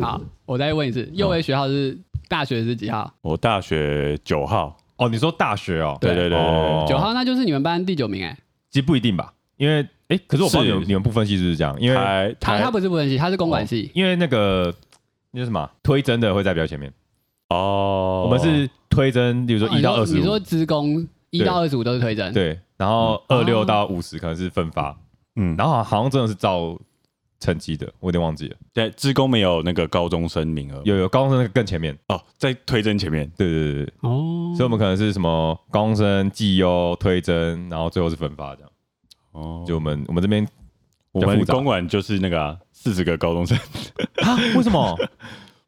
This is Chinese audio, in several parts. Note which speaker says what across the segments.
Speaker 1: 好， 我再问一次，右威学号是大学是几号？
Speaker 2: 我大学九号，
Speaker 3: 哦，你说大学哦？
Speaker 2: 对对对对
Speaker 3: 哦
Speaker 1: 九号，那就是你们班第九名哎。
Speaker 3: 其实不一定吧，因为哎，可是我不知道你们
Speaker 2: 是
Speaker 3: 你们不分析是不是这样？因为
Speaker 2: 台
Speaker 1: 他他
Speaker 2: 台
Speaker 1: 不是不分系，他是公管系。
Speaker 3: 因为那个那叫什么啊推针的会在比较前面，
Speaker 2: 哦，
Speaker 3: 我们是推针，比如说
Speaker 1: 哦
Speaker 3: 一到二十
Speaker 1: 你
Speaker 3: 五
Speaker 1: 说，职工一
Speaker 3: 对
Speaker 1: 到二十五都是推甄，
Speaker 3: 对，然后二
Speaker 1: 哦
Speaker 3: 六到五十可能是分发，
Speaker 2: 嗯，然后
Speaker 3: 然后好像真的是照成绩的，我有点忘记了，
Speaker 2: 在职工没有那个高中生名额，
Speaker 3: 有有高中生那个更前面，
Speaker 2: 哦，在推甄前面
Speaker 3: 对对对对，
Speaker 1: 哦
Speaker 3: 所以我们可能是什么高中生绩优推针，然后最后是分发这样，
Speaker 2: 哦，
Speaker 3: 就我们我们这边
Speaker 2: 我
Speaker 3: 比较
Speaker 2: 们
Speaker 3: 复杂
Speaker 2: 公馆就是那个啊四、十个高中生，
Speaker 3: 啊，为什么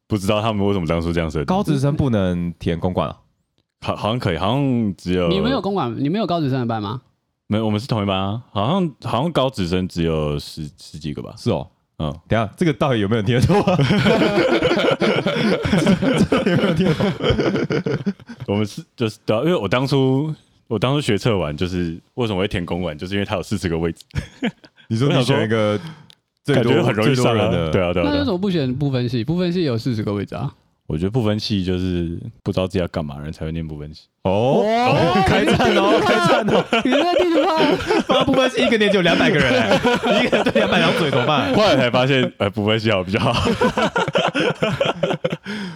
Speaker 2: 不知道他们为什么当初这样设定，
Speaker 3: 高职生不能填公馆啊？
Speaker 2: 好好像可以，好像只有
Speaker 1: 你们有公管，你们有高职生的班吗？
Speaker 2: 没有，我们是同一班啊，好像好像高职生只有十十几个吧，
Speaker 3: 是哦，
Speaker 2: 嗯，
Speaker 3: 等一下这个到底有没有人听得懂啊？
Speaker 2: 我们是就是对啊、因为我当初我当初学测完，就是为什么会填公馆，就是因为它有四十个位置，
Speaker 3: 你说
Speaker 2: 我
Speaker 3: 你
Speaker 2: 想说
Speaker 3: 选一个最
Speaker 2: 感
Speaker 3: 多
Speaker 2: 觉很容易
Speaker 3: 最多
Speaker 2: 上
Speaker 3: 人
Speaker 2: 啊
Speaker 3: 的，
Speaker 2: 对啊对啊
Speaker 1: 那为
Speaker 2: 对
Speaker 1: 什
Speaker 2: 啊，
Speaker 1: 么不选不分系？不分系有四十个位置 啊。
Speaker 2: 我觉得不分系就是不知道自己要干嘛，人才会念不分系，
Speaker 3: 哦，哦开战哦， 开战哦！
Speaker 1: 你在地图炮，
Speaker 3: 发部分是一个年级有两百个人、 欸，一个人对两百张嘴怎么办？
Speaker 2: 后来才 发现，呃，不分系好比较好，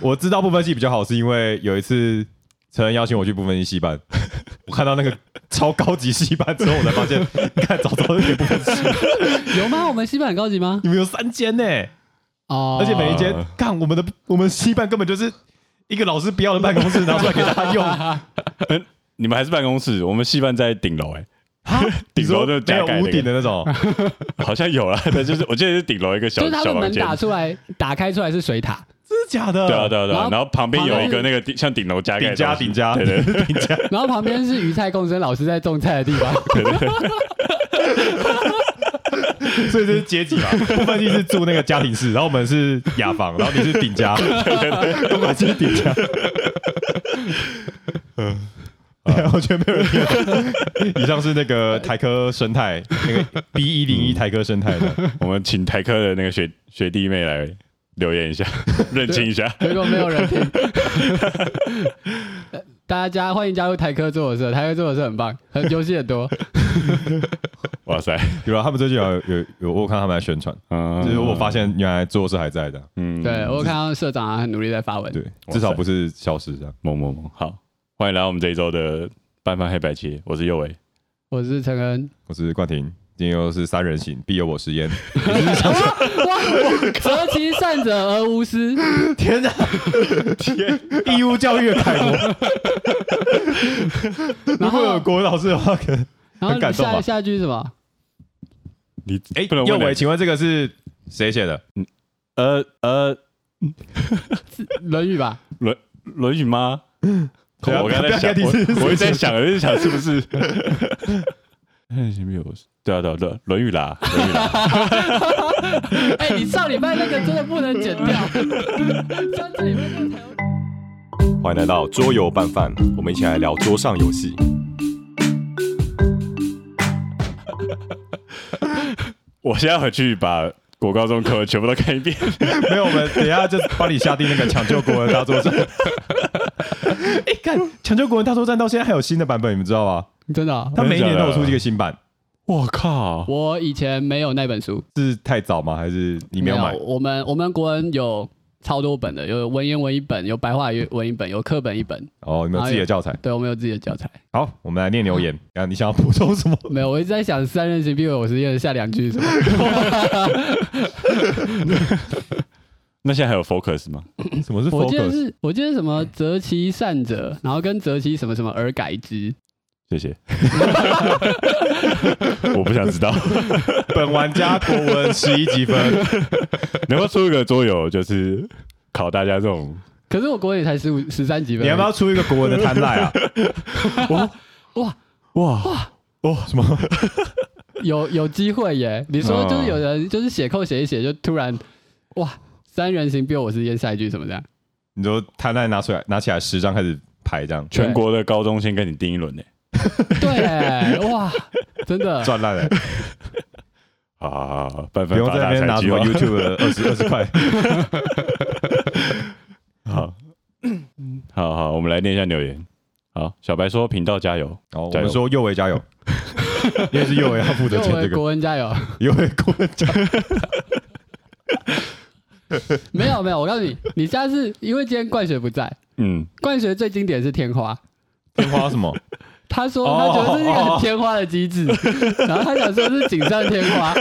Speaker 3: 我知道部分系比较好，是因为有一次陈恩邀请我去部分系系班， 我看到那个超高级系班之后，我才 发现，看早早就填部分系，
Speaker 1: 有吗？我们西班很高级吗？
Speaker 3: 你们有三间呢、
Speaker 1: 哦，
Speaker 3: 而且每一间
Speaker 2: 哦
Speaker 3: 看我们的我们系班根本就是一个老师不要的办公室拿出来给大 家用，
Speaker 2: 你们还是办公室，我们系办在顶楼、 欸，
Speaker 3: 你
Speaker 2: 顶
Speaker 3: 说
Speaker 2: 楼就
Speaker 3: 没
Speaker 2: 加
Speaker 3: 有
Speaker 2: 盖那
Speaker 3: 屋
Speaker 2: 个
Speaker 3: 顶的那种，
Speaker 2: 好像有啦， 但就是我记得是顶楼一个小
Speaker 1: 就是他们
Speaker 2: 小房
Speaker 1: 门
Speaker 2: 间。
Speaker 1: 打出来、打开出来是水塔，
Speaker 3: 真的假的？
Speaker 2: 对啊，对啊，对
Speaker 1: 然
Speaker 2: 啊
Speaker 1: 后。
Speaker 2: 然后旁边有一
Speaker 1: 旁
Speaker 2: 个
Speaker 1: 边
Speaker 2: 那个顶像顶楼加盖
Speaker 3: 顶
Speaker 2: 的东
Speaker 3: 加
Speaker 2: 西
Speaker 3: 顶加，
Speaker 2: 对对对，
Speaker 3: 顶加，
Speaker 1: 然后旁边是鱼菜共生老师在种菜的地方。
Speaker 3: 所以这是阶级嘛？部分系是住那个家庭式，然后我们是雅房，然后你是顶家，公馆是顶家。嗯， 对啊我觉得没有人听得懂。以上是那个台科生态，那个 B 一零一台科生态的。
Speaker 2: 我们请台科的那个学学弟妹来留言 一下，认清一下。
Speaker 1: 结果没有人 听。大家欢迎加入台科做我社，台科做我社很棒，很游戏很多。
Speaker 2: 哇塞，
Speaker 3: 有啊，他们最近有有有，我有看他们在宣传，
Speaker 2: 嗯
Speaker 3: 就是我发现原来做事还在的，
Speaker 2: 嗯
Speaker 1: 对我有看到社长啊，很努力在发文。
Speaker 3: 对，
Speaker 2: 哇
Speaker 3: 至少
Speaker 2: 塞
Speaker 3: 不是消失这样。
Speaker 2: 某某某，好，欢迎来到我们这一周的班番黑白切，我是右伟。
Speaker 1: 我是陈恩，
Speaker 3: 我是冠廷，今天又是三人行，必有我师焉。
Speaker 1: 哇，择其善者而无 私，
Speaker 3: 天哪！天，义务教育的楷模。
Speaker 1: 然
Speaker 3: 如果有
Speaker 1: 后
Speaker 3: 国文老师的话，可能
Speaker 1: 然
Speaker 3: 很感
Speaker 1: 后
Speaker 3: 动吧
Speaker 1: 下下句是什么？
Speaker 2: 你
Speaker 3: 哎
Speaker 2: 不能
Speaker 3: 右
Speaker 2: 问
Speaker 3: 伟，
Speaker 2: 了
Speaker 3: 请问这个是谁写的？
Speaker 2: 呃呃，《
Speaker 1: 《论语》 吧？
Speaker 2: 论语》吗？
Speaker 3: 啊
Speaker 2: 哦
Speaker 3: 不要
Speaker 2: 我刚才在想，
Speaker 3: 不要给你
Speaker 2: 我我一直在想，我一直想是不是？ 哎，前面有对啊对啊对啊，《论语》啦，《论语》啦，
Speaker 1: 哎、你上礼拜那个真的不能剪掉， 上这礼拜那个才有。
Speaker 4: 欢迎来到桌游拌饭，我们一起来聊桌上游戏。
Speaker 2: 我现在回去把国高中课文全部都看一遍。
Speaker 3: 没有，我们等一下就帮你下定那个抢救国文 大作战。哎，看抢救国文大作战到现在还有新的版本，你们知道吗？
Speaker 1: 真的哦、
Speaker 3: 它每一年都有出一个新版，
Speaker 2: 我靠！
Speaker 1: 我以前没有那本书，
Speaker 3: 是太早吗？还是你没有买？
Speaker 1: 我们我们国文有超多本的，有文言文一本，有白话文一本，有课本一本。
Speaker 3: 哦，你们有自己的教材。
Speaker 1: 对，我们有自己的教材。
Speaker 3: 好，我们来念留 言。啊，你想要补充什么？
Speaker 1: 没有，我一直在想三人行必有我师焉的下两句是什么。
Speaker 2: 那现在还有 Focus 吗？
Speaker 3: 什么是
Speaker 1: 我记得
Speaker 3: focus？
Speaker 1: 是，我记得什么择其善者，然后跟择其什么什么而改之。
Speaker 2: 谢谢。 我不想知道。
Speaker 3: 本玩家国文十一 积分。
Speaker 2: 能够出一个桌游，就是考大家这种，
Speaker 1: 可是我国文也才十五十三级分而已。
Speaker 3: 你要不要出一个国文的摊赖啊？
Speaker 1: 哇，
Speaker 3: 哇哇哦！什么？
Speaker 1: 有有机会耶！你说
Speaker 3: 哦
Speaker 1: 就是有人就是写扣写一写，就突然哇，三人行必有我师焉下一句什么这样？
Speaker 3: 你说摊赖拿出来，拿起来十张开始排，这样
Speaker 2: 全国的高中先跟你盯一轮呢、
Speaker 1: 对耶，哇，真的
Speaker 3: 赚烂了。
Speaker 2: 好好好，办
Speaker 3: 哎 不
Speaker 2: 法
Speaker 3: 用在
Speaker 2: 发
Speaker 3: 那
Speaker 2: 大
Speaker 3: 边
Speaker 2: 财
Speaker 3: 拿什
Speaker 2: 机
Speaker 3: 么
Speaker 2: 哦。
Speaker 3: YouTube 的二十二十块。
Speaker 2: 好，
Speaker 1: 嗯
Speaker 2: 好好，我们来念一下留言。好，小白说频道加油，
Speaker 3: 好，我
Speaker 2: 加油
Speaker 3: 们说右维加油， 因为是右维要负责
Speaker 1: 就
Speaker 3: 剪
Speaker 1: 为
Speaker 3: 这个
Speaker 1: 国，文加油。
Speaker 3: 右维过来加油
Speaker 1: 没有没有，我告诉你，你下次因为今天冠学不在，
Speaker 2: 嗯，
Speaker 1: 冠学最经典是天花。
Speaker 3: 天花什么？
Speaker 1: 他说他
Speaker 3: 哦
Speaker 1: 觉得这是一个很天花的机 制，然后他想说是锦上添花。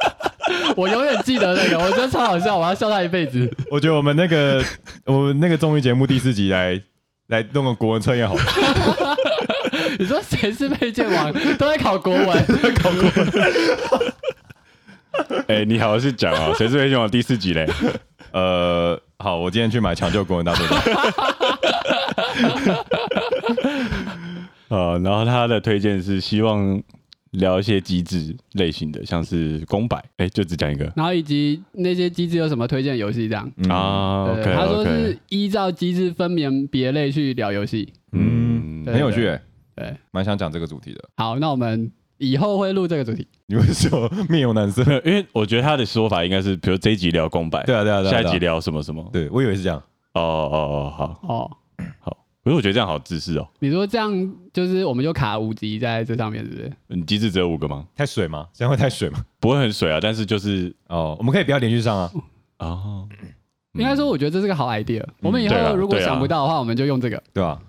Speaker 1: 我永远记得那个，我觉得超好笑，我要笑他一辈子。
Speaker 3: 我觉得我们那个我们那个综艺节目第四集来来弄个国文测验好了，
Speaker 1: 你说谁是配件王？都在考国文，
Speaker 2: 哎、你好好去 讲啊，谁是黑熊王第四集嘞？
Speaker 3: 呃，好，我今天去买抢救国文大作战。
Speaker 2: 呃，然后他的推荐是希望聊一些机制类型的，像是公摆，哎、就只讲一个
Speaker 1: 然后以及那些机制有什么推荐游戏这样。
Speaker 3: 嗯，
Speaker 2: 啊。
Speaker 1: 对，他说
Speaker 2: OK，OK，
Speaker 1: 是依照机制分门别类去聊游戏。
Speaker 3: 嗯，
Speaker 2: 嗯
Speaker 1: 对
Speaker 3: 很有趣、欸，
Speaker 1: 对，
Speaker 3: 蛮想讲这个主题的。
Speaker 1: 好，那我们以后会录这个主题。
Speaker 3: 你为什么面有难色？
Speaker 2: 没有，因为我觉得他的说法应该是，比如这一集聊公摆，
Speaker 3: 对啊，对啊，对啊。
Speaker 2: 下一集
Speaker 3: 对啊
Speaker 2: 聊什么什么。
Speaker 3: 对我以为是这样，
Speaker 2: 哦哦哦，好
Speaker 1: 哦，
Speaker 2: 好。可是我觉得这样好自私哦。
Speaker 1: 你说这样就是我们就卡五集在这上面，是不是？
Speaker 2: 你机制只有五个吗？
Speaker 3: 太水吗？这样会太水吗？
Speaker 2: 不会很水啊，但是就是
Speaker 3: 哦，我们可以不要连续上啊。
Speaker 2: 哦，嗯
Speaker 1: 应该说，我觉得这是个好 idea。我们以
Speaker 2: 对啊
Speaker 1: 后如果
Speaker 2: 对啊
Speaker 1: 想不到的话，我们就用这个。
Speaker 3: 对吧？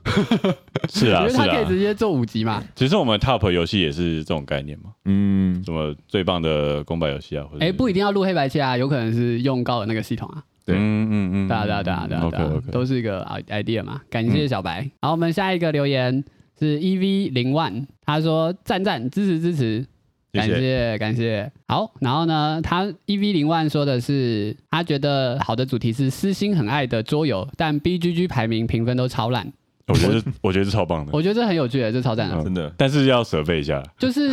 Speaker 2: 是
Speaker 1: 因
Speaker 2: 啊
Speaker 1: 为
Speaker 2: 是
Speaker 1: 他可以
Speaker 2: 啊
Speaker 1: 直。接做五级嘛。
Speaker 2: 其实我们 Top 游戏也是这种概念嘛，
Speaker 3: 嗯，
Speaker 2: 什么最棒的公版游戏啊，或者
Speaker 1: 哎，不一定要录黑白切啊，有可能是用高的那个系统啊。
Speaker 3: 对
Speaker 2: 嗯嗯嗯，
Speaker 1: 对啊，对啊，对啊，对啊，
Speaker 2: OK
Speaker 1: 对啊
Speaker 2: OK，
Speaker 1: 都是一个 idea 嘛。感谢小
Speaker 2: 嗯
Speaker 1: 白。好，我们下一个留言是 EV 零万，他说赞赞支持支持，
Speaker 3: 谢
Speaker 1: 感
Speaker 3: 谢
Speaker 1: 谢感谢。好，然后呢，他 EV 零万说的是他觉得好的主题是私心很爱的桌游，但 BGG 排名评分都超烂，
Speaker 2: 我觉得我觉得是超棒的，
Speaker 1: 我觉得这很有趣的，这超赞的。
Speaker 2: 嗯
Speaker 3: 真的
Speaker 2: 但是要设备一下，
Speaker 1: 就是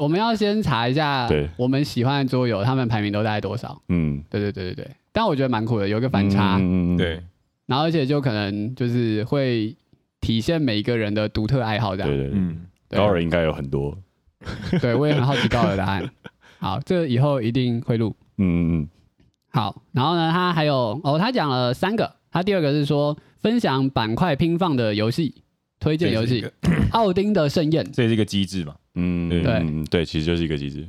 Speaker 1: 我们要先查一下
Speaker 2: 对
Speaker 1: 我们喜欢的桌游，他们排名都大概多少？
Speaker 2: 嗯，
Speaker 1: 对对对对对。但我觉得蛮酷的，有一个反差。
Speaker 2: 嗯，嗯嗯
Speaker 3: 对，
Speaker 1: 然后而且就可能就是会体现每一个人的独特爱好这样。
Speaker 2: 对对对，啊
Speaker 3: 嗯，
Speaker 1: 对啊
Speaker 2: 高尔应该有很多，
Speaker 1: 对我也很好奇高尔的答 案。好，这个以后一定会录。
Speaker 2: 嗯嗯
Speaker 1: 好，然后呢，他还有哦，他讲了三个，他第二个是说分享板块拼放的游戏，推荐游
Speaker 3: 这也是一
Speaker 1: 戏
Speaker 3: 个
Speaker 1: 《奥丁的盛宴》，
Speaker 3: 这也是一个机制嘛。
Speaker 2: 嗯，
Speaker 3: 对
Speaker 2: 嗯嗯对，其实就是一个机制，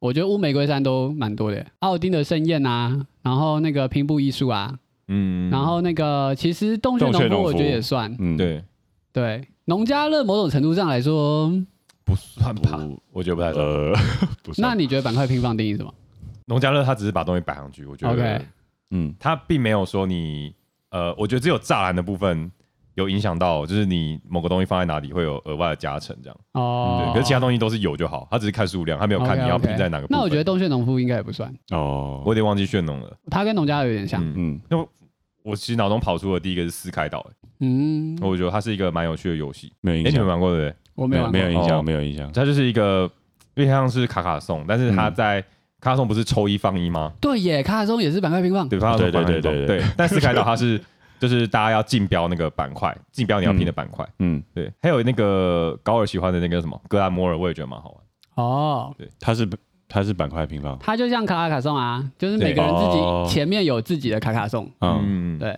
Speaker 1: 我觉得乌玫瑰山都蛮多的，《奥丁的盛宴》啊，然后那个拼布艺术啊，
Speaker 3: 嗯，
Speaker 1: 然后那个其实洞穴
Speaker 2: 洞穴
Speaker 1: 农夫
Speaker 2: 农
Speaker 1: 我觉得
Speaker 2: 夫
Speaker 1: 也算，
Speaker 2: 嗯，
Speaker 3: 对，
Speaker 1: 对，农家乐某种程度上来说，
Speaker 3: 不算吧
Speaker 2: 不，
Speaker 3: 我觉得不太算。
Speaker 2: 呃， 不是，
Speaker 1: 那你觉得板块拼放定义什么
Speaker 3: 农家乐他只是把东西摆上去，我觉得
Speaker 1: ？OK，
Speaker 2: 嗯
Speaker 3: 他并没有说你呃，我觉得只有栅栏的部分有影响到，就是你某个东西放在哪里会有额外的加成这样。
Speaker 1: 哦
Speaker 3: 嗯对，，可是其他东西都是有就好，他只是看数量，他没有看你要
Speaker 1: OK，OK
Speaker 3: 拼在哪个部分。
Speaker 1: 那我觉得洞穴农夫应该也不算，
Speaker 2: 哦，
Speaker 3: 我有点忘记炫农了。
Speaker 1: 它跟农家乐有点像。
Speaker 3: 嗯，
Speaker 2: 嗯
Speaker 3: 我其实脑中跑出的第一个是四开岛，欸
Speaker 1: 嗯，
Speaker 3: 我觉得它是一个蛮有趣的游戏。
Speaker 2: 没有
Speaker 3: 哎，
Speaker 2: 印
Speaker 3: 你们
Speaker 2: 象，
Speaker 3: 玩过对不对？
Speaker 1: 我没有玩啊
Speaker 2: 没
Speaker 1: 过
Speaker 2: 有印象，
Speaker 3: 哦
Speaker 2: 没有印象，
Speaker 3: 它就是一个有点像是卡卡颂，但是它在卡卡颂不是抽一放一吗？
Speaker 1: 对耶，卡卡松也是板块拼放。
Speaker 3: 对，卡卡
Speaker 2: 对对
Speaker 3: 颂放
Speaker 2: 对
Speaker 3: 一种
Speaker 2: 对对
Speaker 3: 对。但四开岛它是就是大家要竞标那个板块，竞标你要拼的板块。
Speaker 2: 嗯，
Speaker 3: 对，还有那个高尔喜欢的那个什么格兰摩尔，我也觉得蛮好玩。
Speaker 1: 哦，
Speaker 2: 它是它是板块平方，
Speaker 1: 它就像卡卡松啊，就是每
Speaker 3: 对
Speaker 1: 个人自
Speaker 2: 哦
Speaker 1: 己前面有自己的卡卡松。
Speaker 2: 嗯，
Speaker 3: 嗯，
Speaker 1: 对，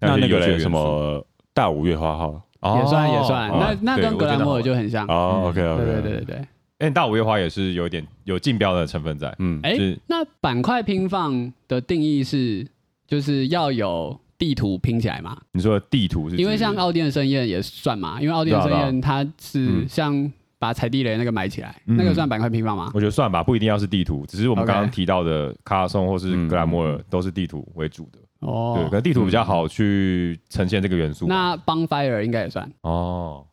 Speaker 2: 那那个
Speaker 3: 有趣的
Speaker 2: 嘞
Speaker 3: 元素
Speaker 2: 什么大五月花号
Speaker 3: 哦
Speaker 1: 也算也算，
Speaker 3: 哦
Speaker 1: 那那
Speaker 3: 对
Speaker 1: 跟
Speaker 3: 我
Speaker 1: 格
Speaker 3: 觉
Speaker 1: 兰
Speaker 3: 得
Speaker 1: 摩
Speaker 3: 好
Speaker 1: 尔就很像。
Speaker 2: 哦，OK
Speaker 1: 嗯对
Speaker 2: OK，
Speaker 1: 对对对对，
Speaker 3: 哎，大五月花也是有一点有竞标的成分在，
Speaker 2: 嗯，
Speaker 1: 哎
Speaker 3: 是
Speaker 1: 那板块拼放的定义是，就是要有地图拼起来嘛？
Speaker 3: 你说的地图是指
Speaker 1: 因为像奥丁的盛宴也算嘛，因为奥丁的盛
Speaker 3: 对啊
Speaker 1: 宴它是
Speaker 3: 嗯
Speaker 1: 像把踩地雷那个埋起来，
Speaker 3: 嗯
Speaker 1: 那个算板块拼放吗？
Speaker 3: 我觉得算吧，不一定要是地图，只是我们
Speaker 1: OK
Speaker 3: 刚刚提到的卡卡颂或是格兰摩尔都是地图为主的，对，可
Speaker 1: 哦，
Speaker 3: 能地图比较好去呈现这个元素。
Speaker 1: 那 Bonfire 应该也算。
Speaker 3: 哦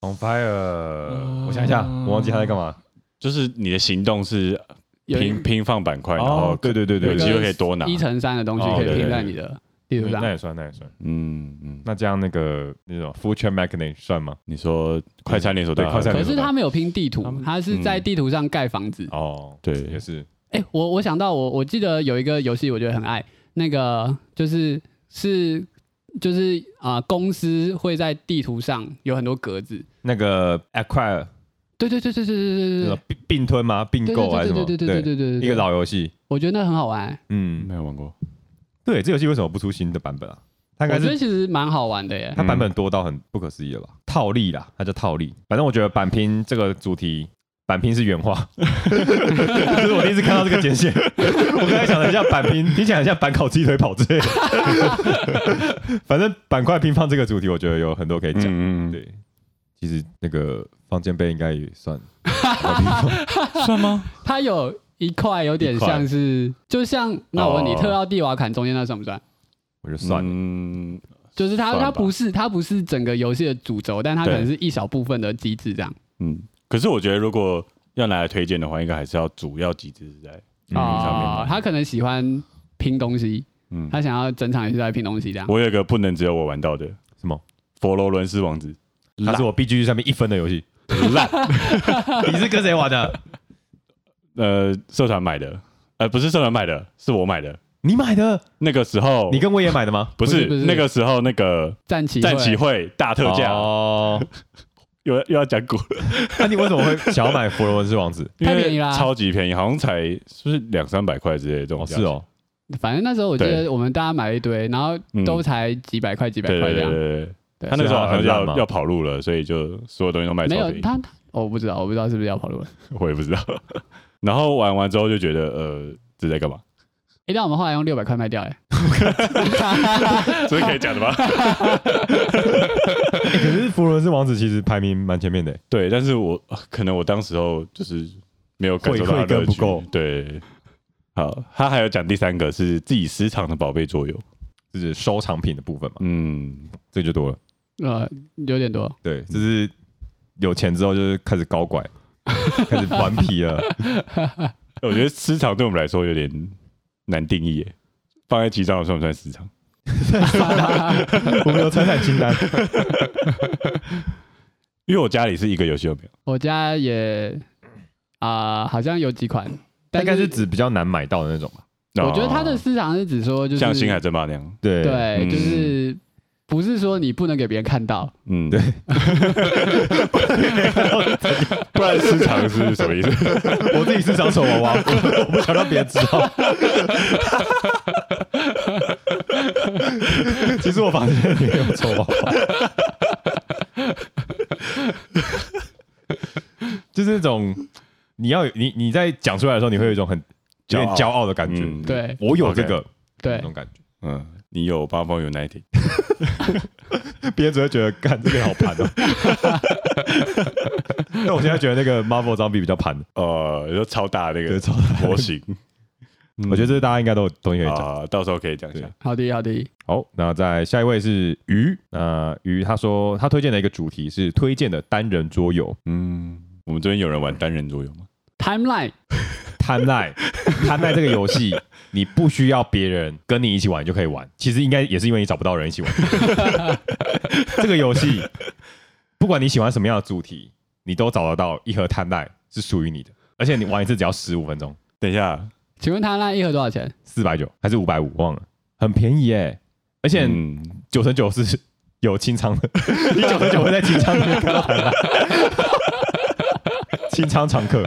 Speaker 3: ，On Fire，我想
Speaker 1: 嗯
Speaker 3: 一下，我忘记他在干嘛。
Speaker 2: 就是你的行动是
Speaker 1: 有
Speaker 2: 平平放板块，然后
Speaker 3: 哦，对对对
Speaker 2: 有
Speaker 3: 对
Speaker 1: 一个啊
Speaker 2: 机
Speaker 3: 对，
Speaker 2: 会可以多拿，
Speaker 1: 一乘三的东西
Speaker 3: 哦
Speaker 1: 可以
Speaker 2: 对
Speaker 1: 拼
Speaker 2: 对
Speaker 1: 在
Speaker 2: 对
Speaker 1: 你的地图上
Speaker 3: 那。也算，那也算。
Speaker 2: 嗯嗯，
Speaker 3: 那这样那个那种 Full Chain Mechanic 算吗？
Speaker 2: 你说快餐连锁大
Speaker 3: 对快餐
Speaker 1: 可
Speaker 3: 连
Speaker 1: 是他没有拼地图
Speaker 2: 他们，
Speaker 1: 他是在地图上盖房子。
Speaker 3: 哦，
Speaker 2: 对
Speaker 3: 也是
Speaker 1: 哎、我我想到我我记得有一个游戏，我觉得很爱，那个就是是就是啊、呃公司会在地图上有很多格子，
Speaker 3: 那个 Acquire
Speaker 1: 对对对对对对对对
Speaker 3: 并并吞吗？并
Speaker 1: 对，
Speaker 3: 购还是什么？
Speaker 1: 对对对对对对对，
Speaker 3: 一个老游戏。
Speaker 1: 我觉得那很好玩，
Speaker 3: 嗯，
Speaker 2: 没有玩过。
Speaker 3: 对，这游戏为什么不出新的版本啊？它
Speaker 1: 我
Speaker 3: 应该
Speaker 1: 觉得
Speaker 3: 是
Speaker 1: 其实蛮好玩的耶。
Speaker 3: 它版本多到很不可思议了吧？套利啦，它叫套利。反正我觉得版拼这个主题。版拼是原话， 这是我第一次看到这个简写。我刚才想了一下，版拼听起来很像板烤鸡腿跑之类的。 反正板块乒乓这个主题，我觉得有很多可以讲。
Speaker 2: 嗯嗯，嗯
Speaker 3: 对，其实那个方尖碑应该也算
Speaker 2: 算吗？
Speaker 1: 它有一块有点
Speaker 3: 一块
Speaker 1: 像是，就像那我问你，
Speaker 2: 哦
Speaker 1: 特奥蒂瓦坎中间那算不算？
Speaker 3: 我就算了。
Speaker 2: 嗯，
Speaker 1: 就是它
Speaker 2: 算吧
Speaker 1: 它不是它不是整个游戏的主轴，但它可
Speaker 2: 对
Speaker 1: 能是一小部分的机制这样。
Speaker 2: 嗯，可是我觉得如果要拿来推荐的话，应该还是要主要集资在
Speaker 3: 嗯
Speaker 2: 上面
Speaker 1: 啊、他可能喜欢拼东西，
Speaker 2: 嗯。
Speaker 1: 他想要整场也是在拼东西这样。
Speaker 2: 我有一个不能只有我玩到的
Speaker 3: 什么？
Speaker 2: 佛罗伦斯王子，
Speaker 3: 它是我 B G G 上面一分的游戏，烂。 你是跟谁玩的？
Speaker 2: 呃，社团买的，呃，不是社团买的，是我买的。
Speaker 3: 你买的？
Speaker 2: 那个时候
Speaker 3: 你跟我也买的吗？
Speaker 2: 不
Speaker 1: 不
Speaker 2: 是
Speaker 1: 是不是
Speaker 2: 那个时候那个
Speaker 1: 战旗
Speaker 2: 战旗
Speaker 1: 旗
Speaker 2: 会大特价，
Speaker 3: 哦，
Speaker 2: 又又要讲股，
Speaker 3: 那你为什么会想要买佛罗伦斯王子？
Speaker 1: 太便宜
Speaker 2: 因为
Speaker 1: 啦
Speaker 2: 超级便宜，好像才是不是两三百块之类的这种、
Speaker 3: 哦，是，哦，
Speaker 1: 反正那时候我记
Speaker 2: 对
Speaker 1: 得我们大家买了一堆，然后都才几百块几百
Speaker 2: 对
Speaker 1: 块
Speaker 2: 对
Speaker 1: 这
Speaker 2: 嗯对
Speaker 1: 样。
Speaker 2: 对对。
Speaker 1: 对
Speaker 2: 嗯他那时候好像要
Speaker 3: 所以它很烂吗
Speaker 2: 要跑路了，所以就所有东西都卖
Speaker 1: 没
Speaker 2: 超
Speaker 1: 有
Speaker 2: 便宜。
Speaker 1: 他，他哦我不知道，我不知道是不是要跑路了。
Speaker 2: 我也不知道。 然后玩完之后就觉得，呃，这在干 嘛？
Speaker 1: 哎、但我们后来用六百块卖掉、哎，
Speaker 2: 这是可以讲的 吗？
Speaker 3: 欸可是佛罗伦斯王子其实排名蛮前面的欸，
Speaker 2: 对，但是我呃可能我当时候就是没有感受
Speaker 3: 会
Speaker 2: 到
Speaker 3: 会更
Speaker 2: 乐趣
Speaker 3: 不够
Speaker 2: 对，好，他还有讲第三个是自己私藏的宝贝桌游。
Speaker 3: 就是收藏品的部分嘛，
Speaker 2: 嗯，
Speaker 3: 这就多了。嗯
Speaker 1: 呃，有点 多。
Speaker 3: 对，就是有钱之后就是开始搞 拐，开始顽皮了。
Speaker 2: 我觉得私藏对我们来说有点难定义耶，放在集章算不算私藏？
Speaker 3: 我们有参赛清单，
Speaker 2: 因为我家里是一个游戏都没有。
Speaker 1: 我家也啊、好像有几款，
Speaker 3: 大
Speaker 1: 但
Speaker 3: 概是指比较难买到的那种吧。
Speaker 1: 我觉得他的
Speaker 2: 哦
Speaker 1: 市场是指说就是
Speaker 2: 像星海争霸那样，
Speaker 3: 对
Speaker 1: 对，
Speaker 2: 嗯
Speaker 1: 就是不是说你不能给别人看到，
Speaker 2: 嗯，对， 不然私藏是什么意思？
Speaker 3: 我自己是长手娃娃，我我不想让别人知 道。其实我房间里面有丑娃娃，就是那种你要有你你在讲出来的时候，你会有一种很有点骄傲的感觉。
Speaker 2: 嗯，
Speaker 1: 对
Speaker 3: 我有这个那
Speaker 1: 对
Speaker 3: 种感觉，
Speaker 2: 嗯，你有八方 United，
Speaker 3: 别人只会觉得干这个好盘哦。 但我现在觉得那个 Marvel 张比比较盘，
Speaker 2: 呃，就超大那
Speaker 3: 对，
Speaker 2: 个
Speaker 3: 超大的
Speaker 2: 模型，
Speaker 3: 我觉得这是大家应该都有东西可以讲。
Speaker 2: 啊，到时候可以讲一下
Speaker 3: 对。
Speaker 1: 好的好的，
Speaker 3: 好，那在下一位是鱼。那鱼他说他推荐的一个主题是推荐的单人桌游
Speaker 2: 嗯，我们这边有人玩单人桌游吗？
Speaker 1: timeline，
Speaker 3: 《贪奈》。《贪奈》这个游戏，你不需要别人跟你一起玩就可以玩。其实应该也是因为你找不到人一起玩。这个游戏，不管你喜欢什么样的主题，你都找得到一盒贪奈是属于你的，而且你玩一次只要十五分钟，
Speaker 2: 等一下，
Speaker 1: 请问 timeline 一盒多少钱？
Speaker 3: 四百九还是五百五忘了，很便宜耶、而且
Speaker 2: 嗯，
Speaker 3: 九成九是有清仓 的，你九成九会在清仓里面看到海浪。清仓常客，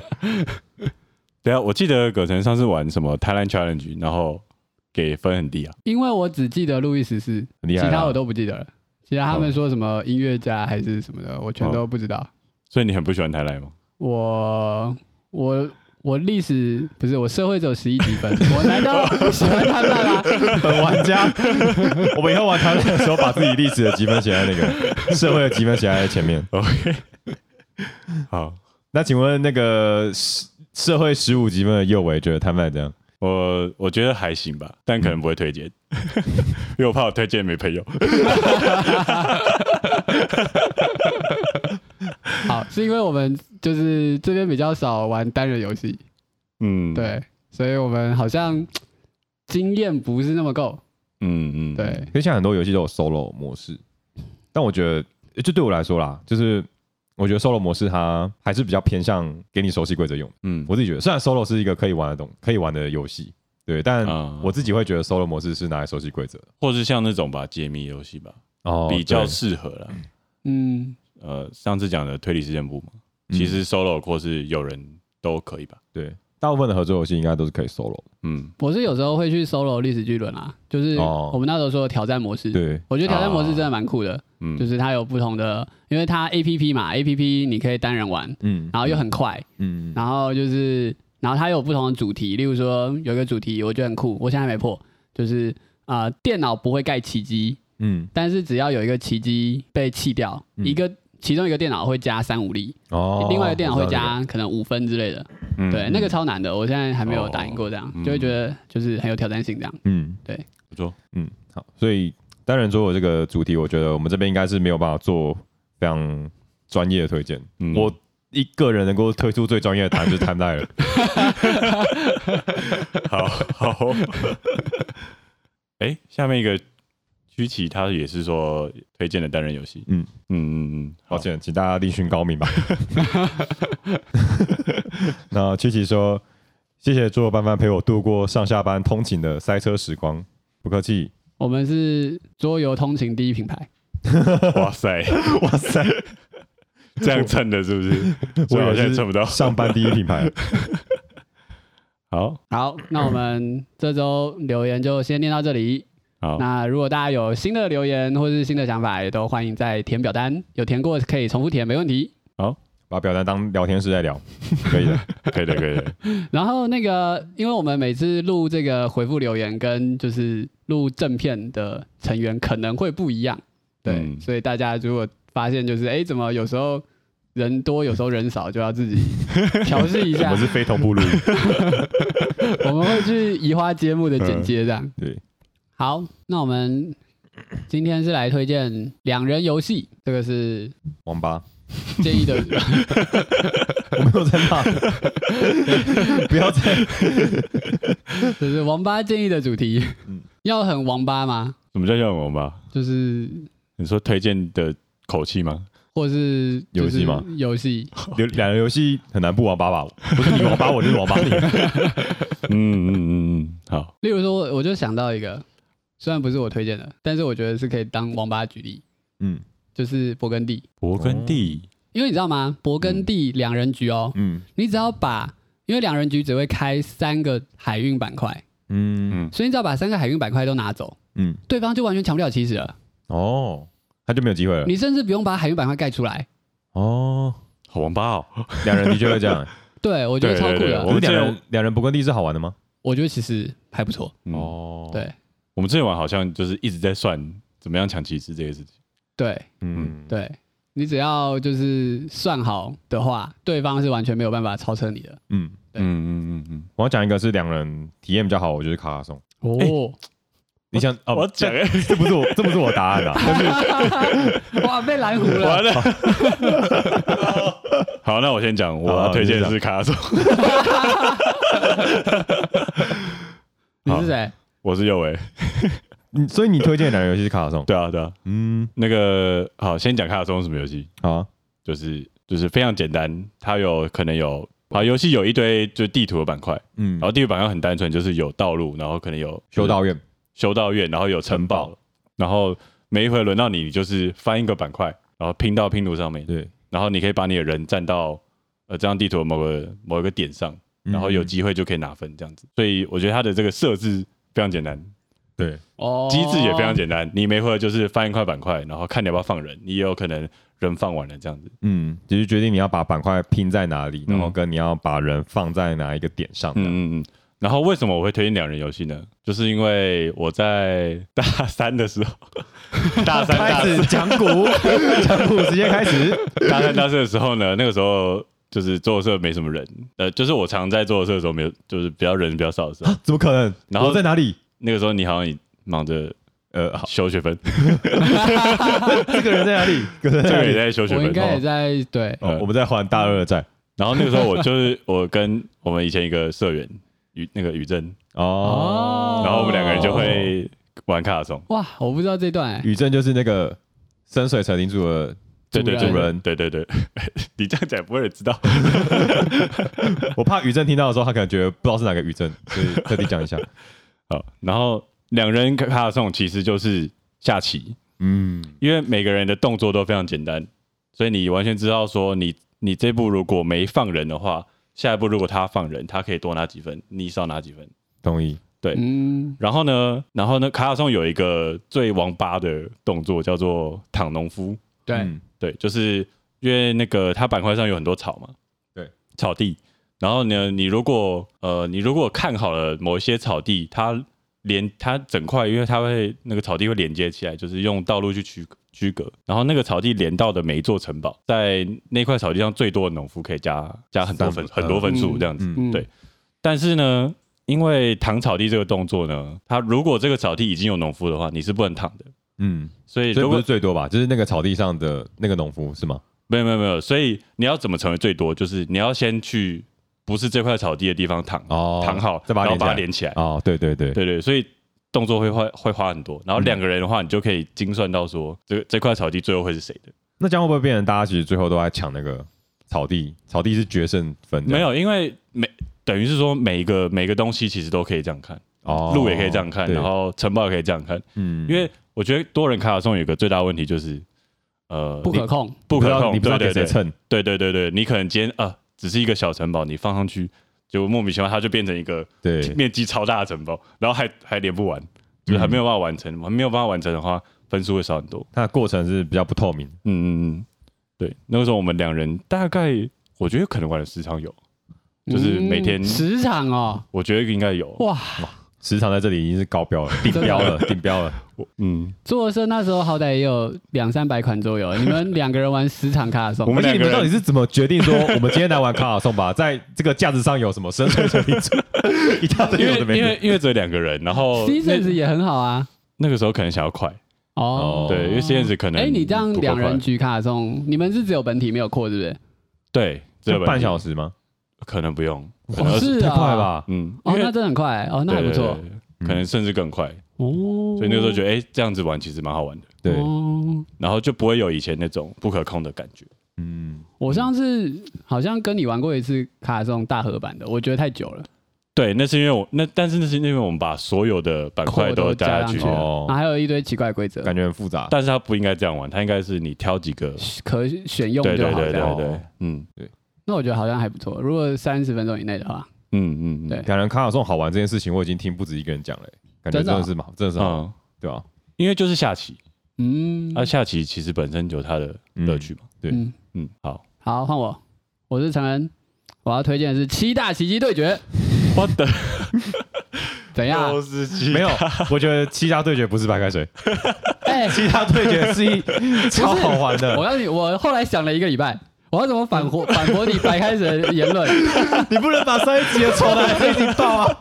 Speaker 2: 等一下，我记得葛晨上次玩什么 Thailand Challenge，然后给分很低啊。
Speaker 1: 因为我只记得路易十四，
Speaker 3: 很
Speaker 1: 其
Speaker 3: 厉害啦。
Speaker 1: 他我都不记得了。其他他们说什么音乐家还是什么的，我全都不知道。
Speaker 2: 所以你很不喜欢 Thailand 吗？哦
Speaker 1: 我我我历史不是我社会只有十一几分，我难道喜欢他们吗？
Speaker 3: 本玩家， 我们以后玩台湾的时候，把自己历史的积分写在那个社会的积分写在前面。
Speaker 2: 好，
Speaker 3: 那请问那个社社会十五积分的右维觉得摊贩怎样？
Speaker 2: 我我觉得还行吧，但可能不会推荐，
Speaker 1: 嗯
Speaker 2: 因为我怕我推荐没朋友。
Speaker 1: 好，是因为我们就是这边比较少玩单人游戏，
Speaker 2: 嗯，，
Speaker 1: 对，所以我们好像经验不是那么够。
Speaker 2: 嗯嗯，
Speaker 1: 对，
Speaker 3: 因为现在很多游戏都有 solo 模式，但我觉得就对我来说啦，就是我觉得 solo 模式它还是比较偏向给你熟悉规则用。
Speaker 2: 嗯，
Speaker 3: 我自己觉得，虽然 solo 是一个可以玩的东，可以玩的游戏，对，但
Speaker 1: 嗯
Speaker 2: 啊
Speaker 3: 我自己会觉得 solo 模式是拿来熟悉规则的。
Speaker 2: 或是像那种吧，解密游戏吧，
Speaker 3: 哦
Speaker 2: 比较
Speaker 3: 对
Speaker 2: 适合啦。
Speaker 1: 嗯，
Speaker 2: 呃，上次讲的推理事件簿嘛，其实 solo 或是有人都可以吧。
Speaker 3: 嗯对，大部分的合作游戏应该都是可以 solo 的。
Speaker 2: 嗯，
Speaker 1: 我是有时候会去 solo 历史巨轮啊，就是
Speaker 3: 哦
Speaker 1: 我们那时候说的挑战模式。
Speaker 3: 对，
Speaker 1: 我觉得挑战模式真的蛮酷的，
Speaker 2: 嗯
Speaker 1: 就是它有不同的，因为它 A P P 嘛，A P P 你可以单人玩，
Speaker 3: 嗯
Speaker 1: 然后又很快，
Speaker 3: 嗯，
Speaker 1: 然后就是，然后它有不同的主题，例如说有一个主题我觉得很酷，我现在还没破，就是啊、呃电脑不会盖奇迹，
Speaker 3: 嗯
Speaker 1: 但是只要有一个奇迹被弃掉，
Speaker 3: 嗯
Speaker 1: 一个其中一个电脑会加三五力，
Speaker 3: 哦，
Speaker 1: 另外一个电脑会
Speaker 3: 我知道
Speaker 1: 加可能五分之类的，
Speaker 2: 嗯
Speaker 1: 对，那个超难的，我现在还没有打赢过，这样、
Speaker 3: 哦
Speaker 2: 嗯
Speaker 1: 就会觉得就是很有挑战性这样。
Speaker 3: 这个，嗯
Speaker 2: 不错。
Speaker 3: 嗯，好，所以单人桌游这个主题，我觉得我们这边应该是没有办法做非常专业的推荐。
Speaker 2: 嗯
Speaker 3: 我一个人能够推出最专业的答案就是 Time d i e
Speaker 2: 好 好。哎，下面一个曲奇，他也是说推荐的单人游戏。
Speaker 3: 嗯
Speaker 2: 嗯嗯嗯，好，
Speaker 3: 抱歉，请大家另寻高明吧。 那曲奇说：“谢谢桌游班班陪我度过上下班通勤的塞车时光，不客气。
Speaker 1: 我们是桌游通勤第一品牌，
Speaker 2: 哇塞，”
Speaker 3: 哇塞，
Speaker 2: 这样蹭的是不是？
Speaker 3: 我
Speaker 2: 所以好
Speaker 3: 也
Speaker 2: 像
Speaker 3: 是
Speaker 2: 蹭不到。
Speaker 3: 上班第一品牌。
Speaker 2: 好
Speaker 1: 好，那我们这周留言就先念到这里。
Speaker 2: 好，
Speaker 1: 那如果大家有新的留言或是新的想法，也都欢迎在填表单，有填过可以重复填，没问题。
Speaker 3: 把表单当聊天室在聊，可以的。
Speaker 2: 可以的，可以的。
Speaker 1: 然后那个，因为我们每次录这个回复留言跟就是录正片的成员可能会不一样，对，
Speaker 2: 嗯
Speaker 1: 所以大家如果发现就是哎、诶怎么有时候人多，有时候人少，就要自己调试一
Speaker 3: 我
Speaker 1: 下
Speaker 3: 们。是非同步录音。
Speaker 1: 我们会去移花接木的剪接这样。
Speaker 3: 对，
Speaker 1: 好，那我们今天是来推荐两人游戏，这个是
Speaker 3: 王八，
Speaker 1: 建议的。
Speaker 3: 我没有在骂， 不要再
Speaker 1: 就是王八建议的主题，
Speaker 3: 嗯
Speaker 1: 要很王八吗？
Speaker 2: 什么叫叫我吧？
Speaker 1: 就是
Speaker 2: 你说推荐的口气 吗？
Speaker 1: 或是就是
Speaker 3: 游戏吗
Speaker 1: 游戏，
Speaker 3: 两两人游戏很难不王八吧？不是你王八，我就是王八 你。
Speaker 2: 嗯嗯嗯嗯，好，
Speaker 1: 例如说，我我就想到一个，虽然不是我推荐的，但是我觉得是可以当王八举例，
Speaker 3: 嗯
Speaker 1: 就是勃艮第。
Speaker 2: 勃艮第，
Speaker 1: 因为你知道吗？勃艮第两人局哦，
Speaker 3: 嗯
Speaker 1: 你只要把，因为两人局只会开三个海运板块，
Speaker 3: 嗯
Speaker 2: 嗯，
Speaker 1: 所以你只要把三个海运板块都拿走，
Speaker 3: 嗯，
Speaker 1: 对方就完全抢不了起始了。
Speaker 3: 哦，他就没有机会了。
Speaker 1: 你甚至不用把海运板块盖出来。
Speaker 3: 哦，
Speaker 2: 好王八哦，
Speaker 3: 两人的确会这样。
Speaker 1: 对，我觉得
Speaker 2: 对
Speaker 1: 超酷的。
Speaker 2: 对对
Speaker 3: 我
Speaker 2: 我
Speaker 3: 们
Speaker 2: 们
Speaker 3: 啊两
Speaker 2: 这
Speaker 3: 人两人不跟地是好玩的吗？
Speaker 1: 我觉得其实还不错。
Speaker 2: 哦，
Speaker 3: 哦，
Speaker 1: 对
Speaker 2: 我们之前玩好像就是一直在算怎么样抢旗帜这些事情。
Speaker 1: 对，
Speaker 3: 嗯对，
Speaker 1: 对你只要就是算好的话，对方是完全没有办法超车你的。
Speaker 3: 嗯，
Speaker 1: 对
Speaker 2: 嗯嗯嗯嗯。
Speaker 3: 我要讲一个是两人体验比较好，我就是卡卡颂。
Speaker 1: 哦，
Speaker 3: 你想哦，
Speaker 2: 我讲
Speaker 3: 这这不是我，这不是我答案啊。但是
Speaker 1: 哇，被蓝湖 了。
Speaker 2: 完 了。好，那我先讲，我要推荐的是卡 索，
Speaker 1: 你是谁？
Speaker 2: 我是右维。
Speaker 3: 你嗯所以你推荐的两人游戏是卡卡颂？
Speaker 2: 对啊，对啊。
Speaker 3: 嗯，
Speaker 2: 那个好，先讲卡索是什么游戏，
Speaker 3: 好啊，
Speaker 2: 就是就是非常简单，它有可能有好游戏有一堆就地图的板块，
Speaker 3: 嗯
Speaker 2: 然，后地图板块很单纯，就是有道路，然后可能有
Speaker 3: 修道院，
Speaker 2: 修道院，然后有城
Speaker 3: 城
Speaker 2: 堡，然后每一回轮到你，你就是翻一个板块，然后拼到拼图上面，
Speaker 3: 对，
Speaker 2: 然后你可以把你的人站到呃这张地图的某个某一个点上，
Speaker 3: 嗯
Speaker 2: 然后有机会就可以拿分这样子。所以我觉得它的这个设置非常简单，
Speaker 3: 对，
Speaker 1: 哦，
Speaker 2: 机制也非常简单。你没回就是翻一块板块，然后看你要不要放人，你也有可能人放完了这样子。
Speaker 3: 嗯，就是决定你要把板块拼在哪里，
Speaker 2: 嗯
Speaker 3: 然后跟你要把人放在哪一个点上。嗯，
Speaker 2: 嗯嗯嗯。然后为什么我会推荐两人游戏呢？就是因为我在大三的 时候，大三大
Speaker 3: 开
Speaker 2: 四
Speaker 3: 始讲 古，讲古时间开始。
Speaker 2: 大三大四的时候呢，那个时候就是做社没什么人，呃，就是我常在做社的时候没有，就是比较人比较少的时候。
Speaker 3: 啊，怎么可能？
Speaker 2: 然后
Speaker 3: 我在哪里？
Speaker 2: 那个时候你好像也忙着
Speaker 3: 呃，好，
Speaker 2: 修 学分，
Speaker 3: 这个人在哪里？这个人
Speaker 2: 这
Speaker 3: 在哪
Speaker 2: 个也
Speaker 3: 里？
Speaker 2: 在修学
Speaker 1: 我
Speaker 2: 分
Speaker 1: 应。该也在对，
Speaker 3: 哦，我们在还大二的债。
Speaker 2: 然后那个时候我就是我跟我们以前一个社员于那个于正，
Speaker 1: 哦
Speaker 3: 哦，
Speaker 2: 然后我们两个人就会玩卡松，
Speaker 1: 哇，我不知道这段哎，
Speaker 3: 宇正就是那个深水城领主的，
Speaker 2: 对对
Speaker 1: 主
Speaker 2: 对
Speaker 1: 人
Speaker 2: 对对对对， 你这样讲不会有人知道。
Speaker 3: 我怕宇正听到的时候，他可能觉得不知道是哪个宇正，所以特地讲 一下。
Speaker 2: 好，然后两人卡松其实就是下棋，
Speaker 3: 嗯
Speaker 2: 因为每个人的动作都非常简单，所以你完全知道说你你这步如果没放人的话，下一步如果他放人，他可以多拿几分，你少拿几分。
Speaker 3: 同意。
Speaker 2: 对
Speaker 1: 嗯，
Speaker 2: 然后呢，然后呢，卡卡颂有一个最王八的动作叫做躺农夫，
Speaker 1: 对，
Speaker 3: 嗯
Speaker 2: 对，就是因为那个它板块上有很多草嘛，
Speaker 3: 对，
Speaker 2: 草地。然后呢，你如果呃，你如果看好了某一些草地，它连它整块，因为它会那个草地会连接起来，就是用道路去区区隔。然后那个草地连到的每一座城堡，在那块草地上最多的农夫可以加加很多分
Speaker 3: 三分
Speaker 2: 很多分数
Speaker 1: 嗯
Speaker 2: 这样子。
Speaker 3: 啊
Speaker 1: 嗯
Speaker 3: 嗯
Speaker 2: 对但是呢，因为躺草地这个动作呢，它如果这个草地已经有农夫的话，你是不能躺的。
Speaker 3: 嗯，
Speaker 2: 所以
Speaker 3: 所以
Speaker 2: 如
Speaker 3: 不
Speaker 2: 果
Speaker 3: 是最多吧？就是那个草地上的那个农夫是吗？
Speaker 2: 没有没有没有，所以你要怎么成为最多？就是你要先去不是这块草地的地方躺、
Speaker 3: 哦，
Speaker 2: 躺好，
Speaker 3: 再把
Speaker 2: 然
Speaker 3: 它
Speaker 2: 后把它
Speaker 3: 连
Speaker 2: 连起来。
Speaker 3: 起来。哦，对对对，
Speaker 2: 对对，所以动作会花会花很多。然后两个人的话，你就可以精算到说这这块草地最后会是谁的。
Speaker 3: 那这样会不会变成大家其实最后都在抢那个草地？草地是决胜分这
Speaker 2: 没
Speaker 3: 样，
Speaker 2: 有，因为每等于是说每一个每个东西其实都可以这样看，
Speaker 3: 哦，
Speaker 2: 路也可以这样看，
Speaker 3: 对
Speaker 2: 然后城堡也可以这样看。
Speaker 3: 嗯
Speaker 2: 因为我觉得多人卡卡颂有一个最大问题就是，呃，
Speaker 1: 不
Speaker 2: 你
Speaker 1: 可控，
Speaker 2: 不
Speaker 3: 不知
Speaker 2: 可
Speaker 3: 道
Speaker 2: 控，
Speaker 3: 你不知道
Speaker 2: 对
Speaker 3: 给
Speaker 2: 对对
Speaker 3: 谁蹭，
Speaker 2: 对对对对，你可能今天啊、呃只是一个小城堡，你放上去，就莫名其妙它就变成一个
Speaker 3: 对，
Speaker 2: 面积超大的城堡，然后还还连不完，就是还
Speaker 3: 嗯
Speaker 2: 没有办法完成，还没有办法完成的话，分数会少很多。
Speaker 3: 它的过程是比较不透明。
Speaker 2: 嗯嗯嗯，对，那个时候我们两人大概我觉得可能玩了十场有，就是每天
Speaker 1: 嗯十场哦，
Speaker 2: 我觉得应该有，
Speaker 1: 哇，
Speaker 3: 时长在这里已经是高标了，定 标了，定标了。
Speaker 2: 嗯，
Speaker 1: 做社那时候好歹也有两三百款 桌游，你们两个人玩十场卡
Speaker 2: 我
Speaker 1: 送，
Speaker 2: 们
Speaker 3: 而且
Speaker 2: 两
Speaker 3: 你
Speaker 2: 个
Speaker 3: 们到底
Speaker 2: 人。
Speaker 3: 是怎么决定说我们今天来玩卡卡颂吧？在这个架子上有什么生存胜利组？一大堆
Speaker 2: 因
Speaker 3: 有
Speaker 2: 为
Speaker 3: 的没
Speaker 2: 因
Speaker 3: 的
Speaker 2: 为。因为只有两个人，然后
Speaker 1: Seasons
Speaker 2: 那
Speaker 1: 也很好啊。
Speaker 2: 那个时候可能想要快，
Speaker 1: 哦
Speaker 3: 哦，
Speaker 2: 对，因为 Seasons 可能
Speaker 1: 哎，你这样
Speaker 2: 不够
Speaker 1: 两人
Speaker 2: 快
Speaker 1: 局卡送，你们是只有本体没有扩，对不对？
Speaker 2: 对，这
Speaker 3: 就半小
Speaker 2: 时
Speaker 3: 时吗？
Speaker 2: 可能不用，可
Speaker 1: 哦
Speaker 2: 能二十
Speaker 1: 是
Speaker 3: 太
Speaker 1: 啊
Speaker 3: 快了吧？嗯
Speaker 2: 嗯，
Speaker 1: 哦，
Speaker 2: 因为
Speaker 1: 那真的很快哦，那还不错
Speaker 2: 对对对对可能甚至更快。
Speaker 1: 哦。
Speaker 2: 所以那个时候觉得，哎、这样子玩其实蛮好玩的，
Speaker 3: 对，
Speaker 1: 哦
Speaker 2: 然后就不会有以前那种不可控的感觉。
Speaker 3: 嗯，
Speaker 1: 我上次好像跟你玩过一次卡送大合版的，我觉得太久了，
Speaker 2: 对，那是因为我那，但是那是因为我们把所有的板块都加下
Speaker 1: 扣都
Speaker 2: 去
Speaker 1: 加上去
Speaker 2: 了，
Speaker 1: 然后
Speaker 3: 哦，
Speaker 1: 还有一堆奇怪的规则，
Speaker 3: 感觉很复杂。
Speaker 2: 但是它不应该这样玩，它应该是你挑几个，
Speaker 1: 可选用
Speaker 2: 对
Speaker 1: 就
Speaker 2: 对
Speaker 1: 好
Speaker 2: 对
Speaker 1: 这
Speaker 2: 对
Speaker 1: 样。
Speaker 2: 对，嗯
Speaker 1: 那我觉得好像还不错，如果三十分钟以内的话，
Speaker 2: 嗯嗯，嗯
Speaker 1: 对
Speaker 3: 感觉卡卡颂好玩这件事情，我已经听不止一个人讲了、欸感觉
Speaker 1: 真的
Speaker 3: 真
Speaker 1: 啊
Speaker 3: 的是嘛，真的是好玩，
Speaker 2: 嗯，
Speaker 3: 对吧？
Speaker 2: 因为就是下棋，
Speaker 1: 嗯，
Speaker 2: 那、下棋其实本身有它的乐趣嘛，
Speaker 3: 对
Speaker 1: 嗯，
Speaker 2: 嗯，好，
Speaker 1: 好，换我，我是常恩，我要推荐的是《七大奇迹对决》，
Speaker 2: 我的
Speaker 1: 怎样？
Speaker 2: 是棋
Speaker 3: 嗯没有，我觉得七大对决不是白开水，
Speaker 1: 哎、
Speaker 3: 七大对决是一超好玩
Speaker 1: 我
Speaker 3: 的。
Speaker 1: 告诉你，我后来想了一个礼拜，我要怎么反 驳反驳你白开水的言论？
Speaker 3: 你不能把上一集的仇来黑你爆啊！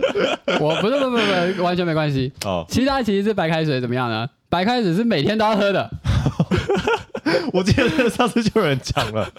Speaker 1: 我不是不不不，完全没关系。
Speaker 3: 哦，
Speaker 1: 七大奇迹是白开水怎么样呢？白开水是每天都要喝的，
Speaker 3: 我记得上次就有人讲了，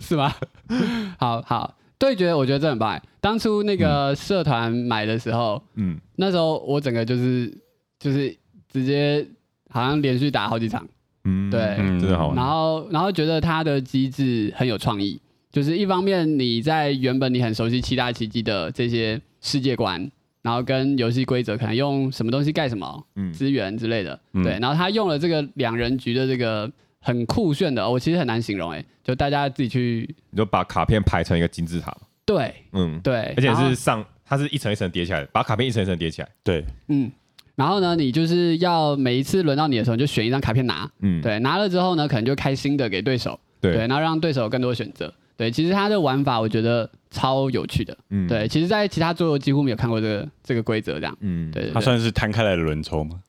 Speaker 1: 是吗？ 好好，对决我觉得这很棒哎。当初那个社团买的时候，
Speaker 3: 嗯，
Speaker 1: 那时候我整个就是就是直接好像连续打好几场，
Speaker 3: 嗯，
Speaker 1: 对
Speaker 3: 真的好
Speaker 1: 然
Speaker 3: 玩。
Speaker 1: 后然后觉得它的机制很有创意，就是一方面你在原本你很熟悉七大奇迹的这些世界观，然后跟游戏规则可能用什么东西盖什么
Speaker 3: 嗯
Speaker 1: 资源之类的，
Speaker 2: 嗯
Speaker 1: 对，然后他用了这个两人局的这个很酷炫的，我其实很难形容哎、就大家自己去
Speaker 3: 你就把卡片排成一个金字塔嘛，
Speaker 1: 对
Speaker 3: 嗯，
Speaker 1: 对，
Speaker 3: 而且
Speaker 1: 然后
Speaker 3: 是上，它是一层一层叠起来的，把卡片一层一层叠起来，
Speaker 2: 对，
Speaker 1: 嗯。然后呢，你就是要每一次轮到你的时候，你就选一张卡片拿，
Speaker 3: 嗯，
Speaker 1: 对，拿了之后呢，可能就开新的给对手，对，
Speaker 3: 对，
Speaker 1: 然后让对手有更多选择。对，其实它的玩法我觉得超有趣的。
Speaker 3: 嗯，
Speaker 1: 对，，其实，在其他桌游几乎没有看过这个这个规则这样。
Speaker 3: 嗯，
Speaker 1: 对对
Speaker 2: 它
Speaker 1: 对，
Speaker 2: 算是摊开来的轮抽嘛，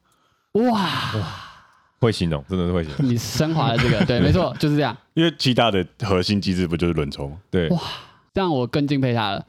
Speaker 1: 哇，
Speaker 3: 会形容，真的是会形容，
Speaker 1: 你升华了这 个，对，没错，就是这样，
Speaker 2: 因为七大的核心机制不就是轮抽吗？
Speaker 3: 对。
Speaker 1: 让我更敬佩他了。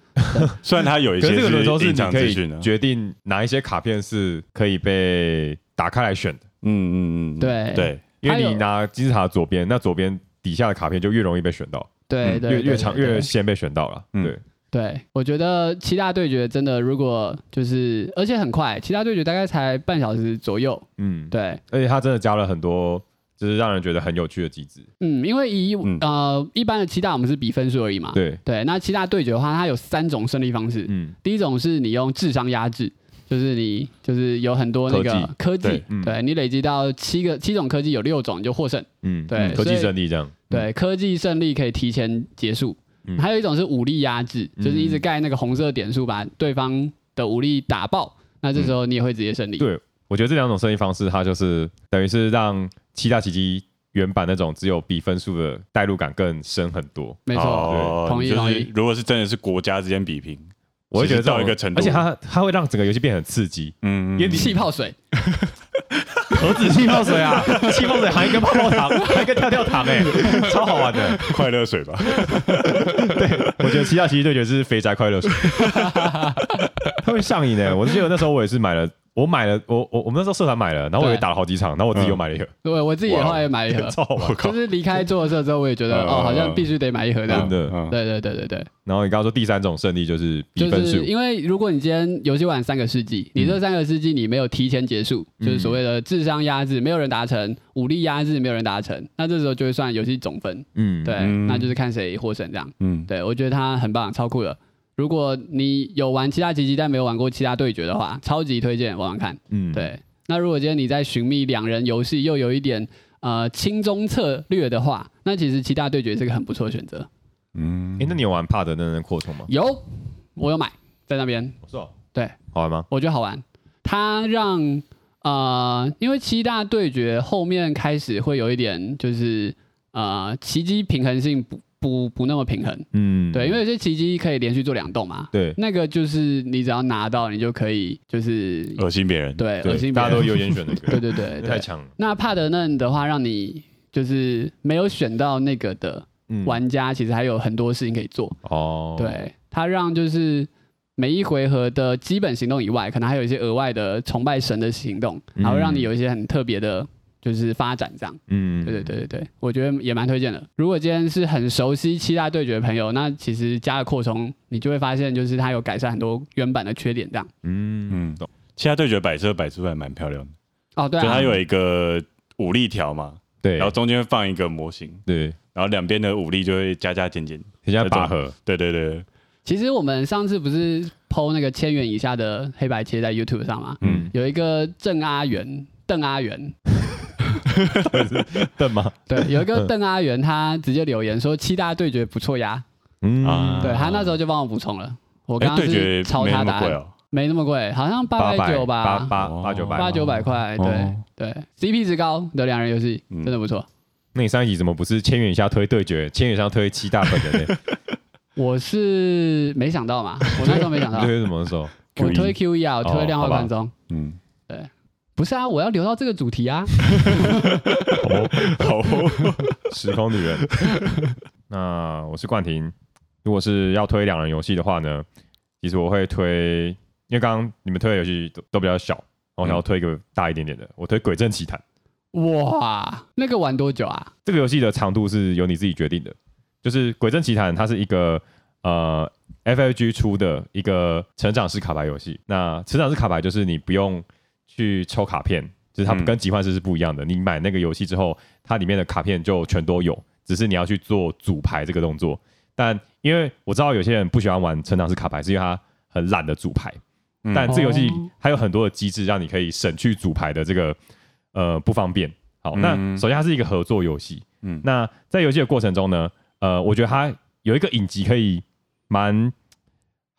Speaker 2: 虽然它有一
Speaker 3: 可
Speaker 2: 些
Speaker 3: 是这个轮抽是
Speaker 2: 隐
Speaker 3: 你
Speaker 2: 藏
Speaker 3: 可
Speaker 2: 资讯的啊
Speaker 3: 以，决定哪一些卡片是可以被打开来选的，
Speaker 2: 嗯嗯嗯，
Speaker 1: 对
Speaker 2: 对，
Speaker 3: 因为
Speaker 1: 还
Speaker 3: 你
Speaker 1: 有
Speaker 3: 拿金字塔左边，那左边底下的卡片就越容易被选到，
Speaker 1: 对
Speaker 2: 嗯
Speaker 1: 对，
Speaker 3: 越
Speaker 1: 对
Speaker 3: 越长
Speaker 1: 对
Speaker 3: 越先被选到了。
Speaker 2: 嗯
Speaker 3: 对，
Speaker 1: 对，我觉得七大对决真的，如果就是而且很快，七大对决大概才半小时左右。
Speaker 3: 嗯，
Speaker 1: 对，
Speaker 3: 而且它真的加了很多，就是让人觉得很有趣的机制。
Speaker 1: 嗯，因为以
Speaker 2: 嗯
Speaker 1: 呃一般的七大我们是比分数而已嘛。
Speaker 3: 对，
Speaker 1: 对，那七大对决的话，它有三种胜利方式。
Speaker 3: 嗯，
Speaker 1: 第一种是你用智商压制，就是你就是有很多那个科技，
Speaker 2: 科技
Speaker 1: 对
Speaker 3: 嗯
Speaker 1: 你累积到七个七种科技，有六种你就获胜。
Speaker 3: 嗯，
Speaker 1: 对
Speaker 3: 科
Speaker 1: 所
Speaker 3: 技
Speaker 1: 以
Speaker 3: 胜利这样，
Speaker 1: 对，科技胜利可以提前结束。
Speaker 3: 嗯
Speaker 1: 还有一种是武力压制，就是一直盖那个红色点数，把对方的武力打爆。那这时候你也会直接胜利。
Speaker 3: 对我觉得这两种胜利方式，它就是等于是让七大奇迹原版那种只有比分数的代入感更深很多。
Speaker 1: 没错，
Speaker 2: 哦
Speaker 1: 同意
Speaker 2: 就是
Speaker 1: 同意
Speaker 2: 如果是真的是国家之间比拼，
Speaker 3: 我会觉得
Speaker 2: 其实到
Speaker 3: 这种
Speaker 2: 一个程度
Speaker 3: 而且它它会让整个游戏变得很刺激。
Speaker 2: 嗯，
Speaker 3: 因为
Speaker 1: 气泡水，
Speaker 3: 何止气泡水啊，气泡水还一个泡泡糖，还一个跳跳糖、哎，超好玩的。
Speaker 2: 快乐水吧，
Speaker 3: 我觉得七大奇迹对决是肥宅快 乐水，它会上瘾的、欸我记得那时候我也是买了，我买了，我我我们那时候社团买了，然后我也
Speaker 1: 对
Speaker 3: 打了好几场，然后我自己又买了一盒，
Speaker 1: 对我自己也后来也买一盒，
Speaker 3: 超好玩。
Speaker 1: 就是离开做社之后，我也觉得
Speaker 2: 嗯
Speaker 1: 哦，
Speaker 2: 嗯
Speaker 1: 好像
Speaker 2: 嗯
Speaker 1: 必须得买一盒这
Speaker 3: 真
Speaker 1: 样。
Speaker 3: 的
Speaker 2: 嗯
Speaker 1: 对对对对对，
Speaker 3: 然后你刚刚说第三种胜利就是哦比
Speaker 1: 就
Speaker 3: 分数
Speaker 1: 是，
Speaker 3: 嗯
Speaker 1: 因为如果你今天游戏玩三个世纪，你这三个世纪你没有提前结束，就是所谓的智商压制，没有人达成；武力压制，没有人达成。那这时候就会算游戏总分，
Speaker 3: 嗯，
Speaker 1: 对，
Speaker 2: 嗯
Speaker 1: 那就是看谁获胜这样。
Speaker 2: 嗯，
Speaker 1: 对我觉得它很棒，超酷的。如果你有玩其他集集，但没有玩过其他对决的话，超级推荐玩玩看。
Speaker 3: 嗯，
Speaker 1: 对，那如果今天你在寻觅两人游戏，又有一点呃轻中策略的话，那其实其他对决是个很不错的选择。
Speaker 2: 嗯
Speaker 3: 哎，那你有玩帕德那那扩充吗？
Speaker 1: 有，我有买在那边，
Speaker 3: 是哦，
Speaker 1: 对，
Speaker 3: 好玩吗？
Speaker 1: 我觉得好玩。它让呃，因为七大对决后面开始会有一点就是呃奇迹平衡性不不不那么平衡，
Speaker 3: 嗯，
Speaker 1: 对，因为有些奇迹可以连续做两动嘛，
Speaker 3: 对
Speaker 1: 那个就是你只要拿到，你就可以就是
Speaker 2: 恶心别人，
Speaker 1: 对恶
Speaker 3: 对，
Speaker 1: 心别人
Speaker 3: 大家都有眼选那
Speaker 1: 对对
Speaker 3: 个，
Speaker 1: 对
Speaker 3: 太
Speaker 1: 对。
Speaker 3: 强了。
Speaker 1: 那帕德嫩的话，让你就是没有选到那个的
Speaker 3: 嗯
Speaker 1: 玩家，其实还有很多事情可以做。
Speaker 3: 哦，，
Speaker 1: 对，它让就是每一回合的基本行动以外，可能还有一些额外的崇拜神的行动，
Speaker 3: 嗯
Speaker 1: 然后让你有一些很特别的。就是发展这样，
Speaker 3: 嗯，
Speaker 1: 对对对对对，我觉得也蛮推荐的。如果今天是很熟悉七大对决的朋友，那其实加了扩充，你就会发现就是它有改善很多原版的缺点这样。
Speaker 3: 嗯
Speaker 2: 嗯
Speaker 3: 懂
Speaker 2: 其他对决摆设摆出来蛮漂亮的，
Speaker 1: 哦，对
Speaker 2: 就
Speaker 1: 啊
Speaker 2: 它，有一个武力条嘛，
Speaker 3: 对，
Speaker 2: 然后中间会放一个模型，
Speaker 3: 对，
Speaker 2: 然后两边的武力就会加加减减，
Speaker 3: 人家拔河，
Speaker 2: 对对对，
Speaker 1: 其实我们上次不是剖那个千元以下的黑白切在 YouTube 上吗？
Speaker 2: 嗯
Speaker 1: 有一个郑阿元，邓阿元，
Speaker 3: 对吗？
Speaker 1: 对，有一个邓阿元，他直接留言说七大对决不错呀，
Speaker 3: 嗯
Speaker 2: 啊，
Speaker 1: 对他那时候就帮我补充了，我刚
Speaker 2: 哎，
Speaker 1: 刚
Speaker 2: 对
Speaker 1: 是
Speaker 2: 决
Speaker 1: 抄
Speaker 2: 没
Speaker 1: 他
Speaker 2: 那
Speaker 1: 答
Speaker 2: 么贵
Speaker 1: 案，
Speaker 2: 哦，
Speaker 1: 没那么贵，好像八百九
Speaker 3: 八
Speaker 1: 吧，
Speaker 3: 八
Speaker 2: 哦
Speaker 3: 八九百，
Speaker 1: 八九百块，对
Speaker 2: 哦
Speaker 1: 对，CP 值高的两人游戏
Speaker 2: 嗯
Speaker 1: 真的不错。
Speaker 3: 那你上一集怎么不是千元以下推对决，千元以上推七大本人 呢？
Speaker 1: 我是没想到嘛，我那时候没想到
Speaker 3: 你，推什么的时候？
Speaker 1: 我
Speaker 2: Q1
Speaker 1: 推 QE 啊，我推
Speaker 3: 哦
Speaker 1: 量化
Speaker 3: 好吧
Speaker 1: 宽松，
Speaker 2: 嗯，
Speaker 1: 不是啊，我要留到这个主题啊。
Speaker 2: 好哦，
Speaker 3: 嗯时空女人。那我是冠廷，如果是要推两人游戏的话呢，其实我会推，因为刚刚你们推的游戏都都比较小，我想要推一个大一点点的，我推《鬼阵奇谭》。
Speaker 1: 哇，那个玩多久啊？
Speaker 3: 这个游戏的长度是由你自己决定的，就是《鬼阵奇谭》，它是一个呃 FFG 出的一个成长式卡牌游戏。那成长式卡牌就是你不用去抽卡片，就是它
Speaker 2: 嗯
Speaker 3: 跟集幻式是不一样的。你买那个游戏之后，它里面的卡片就全都有，只是你要去做组牌这个动作。但因为我知道有些人不喜欢玩成长式卡牌，是因为它很懒得组牌。
Speaker 2: 嗯
Speaker 3: 但这游戏
Speaker 1: 哦
Speaker 3: 还有很多的机制，让你可以省去组牌的这个呃不方便。好，那
Speaker 2: 嗯
Speaker 3: 首先它是一个合作游戏，嗯
Speaker 2: 嗯，
Speaker 3: 那在游戏的过程中呢，呃，我觉得它有一个影集可以蛮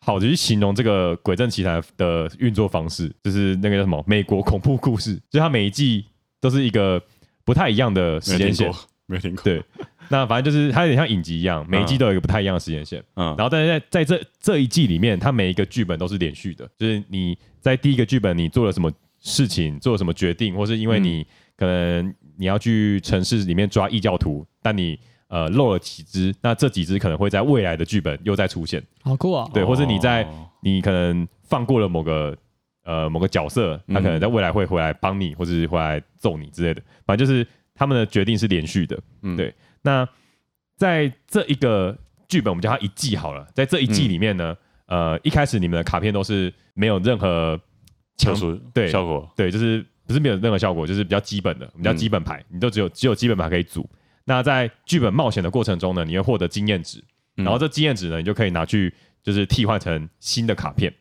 Speaker 3: 好的去形容这个《鬼阵奇谭》的运作方式，就是那个叫什么美国恐怖故事，就是它每一季都是一个不太一样的时
Speaker 2: 没有
Speaker 3: 间
Speaker 2: 听
Speaker 3: 线。
Speaker 2: 过，没有听过，
Speaker 3: 对那反正就是它有点像影集一样，每一季
Speaker 2: 嗯
Speaker 3: 都有一个不太一样的时间线。
Speaker 2: 嗯，
Speaker 3: 然后但是在在这这一季里面，它每一个剧本都是连续的，就是你在第一个剧本你做了什么事情，做了什么决定，或是因为你、可能你要去城市里面抓异教徒，但你呃漏了几只，那这几只可能会在未来的剧本又再出现，
Speaker 1: 好酷哦！
Speaker 3: 对，或是你在
Speaker 2: 哦
Speaker 3: 你可能放过了某个呃某个角色，他可能在未来会回来帮你，或者是回来揍你之类的。反正就是他们的决定是连续的。
Speaker 2: 嗯
Speaker 3: 对那在这一个剧本，我们叫它一季好了，在这一季里面呢，呃，一开始你们的卡片都是没有任何
Speaker 2: 特殊
Speaker 3: 对
Speaker 2: 效果，
Speaker 3: 对，就是不是没有任何效果，就是比较基本的，我们叫基本牌，你都只有只有基本牌可以组。那在剧本冒险的过程中呢，你会获得经验值，
Speaker 2: 嗯
Speaker 3: 然后这经验值呢，你就可以拿去就是替换成新的卡片。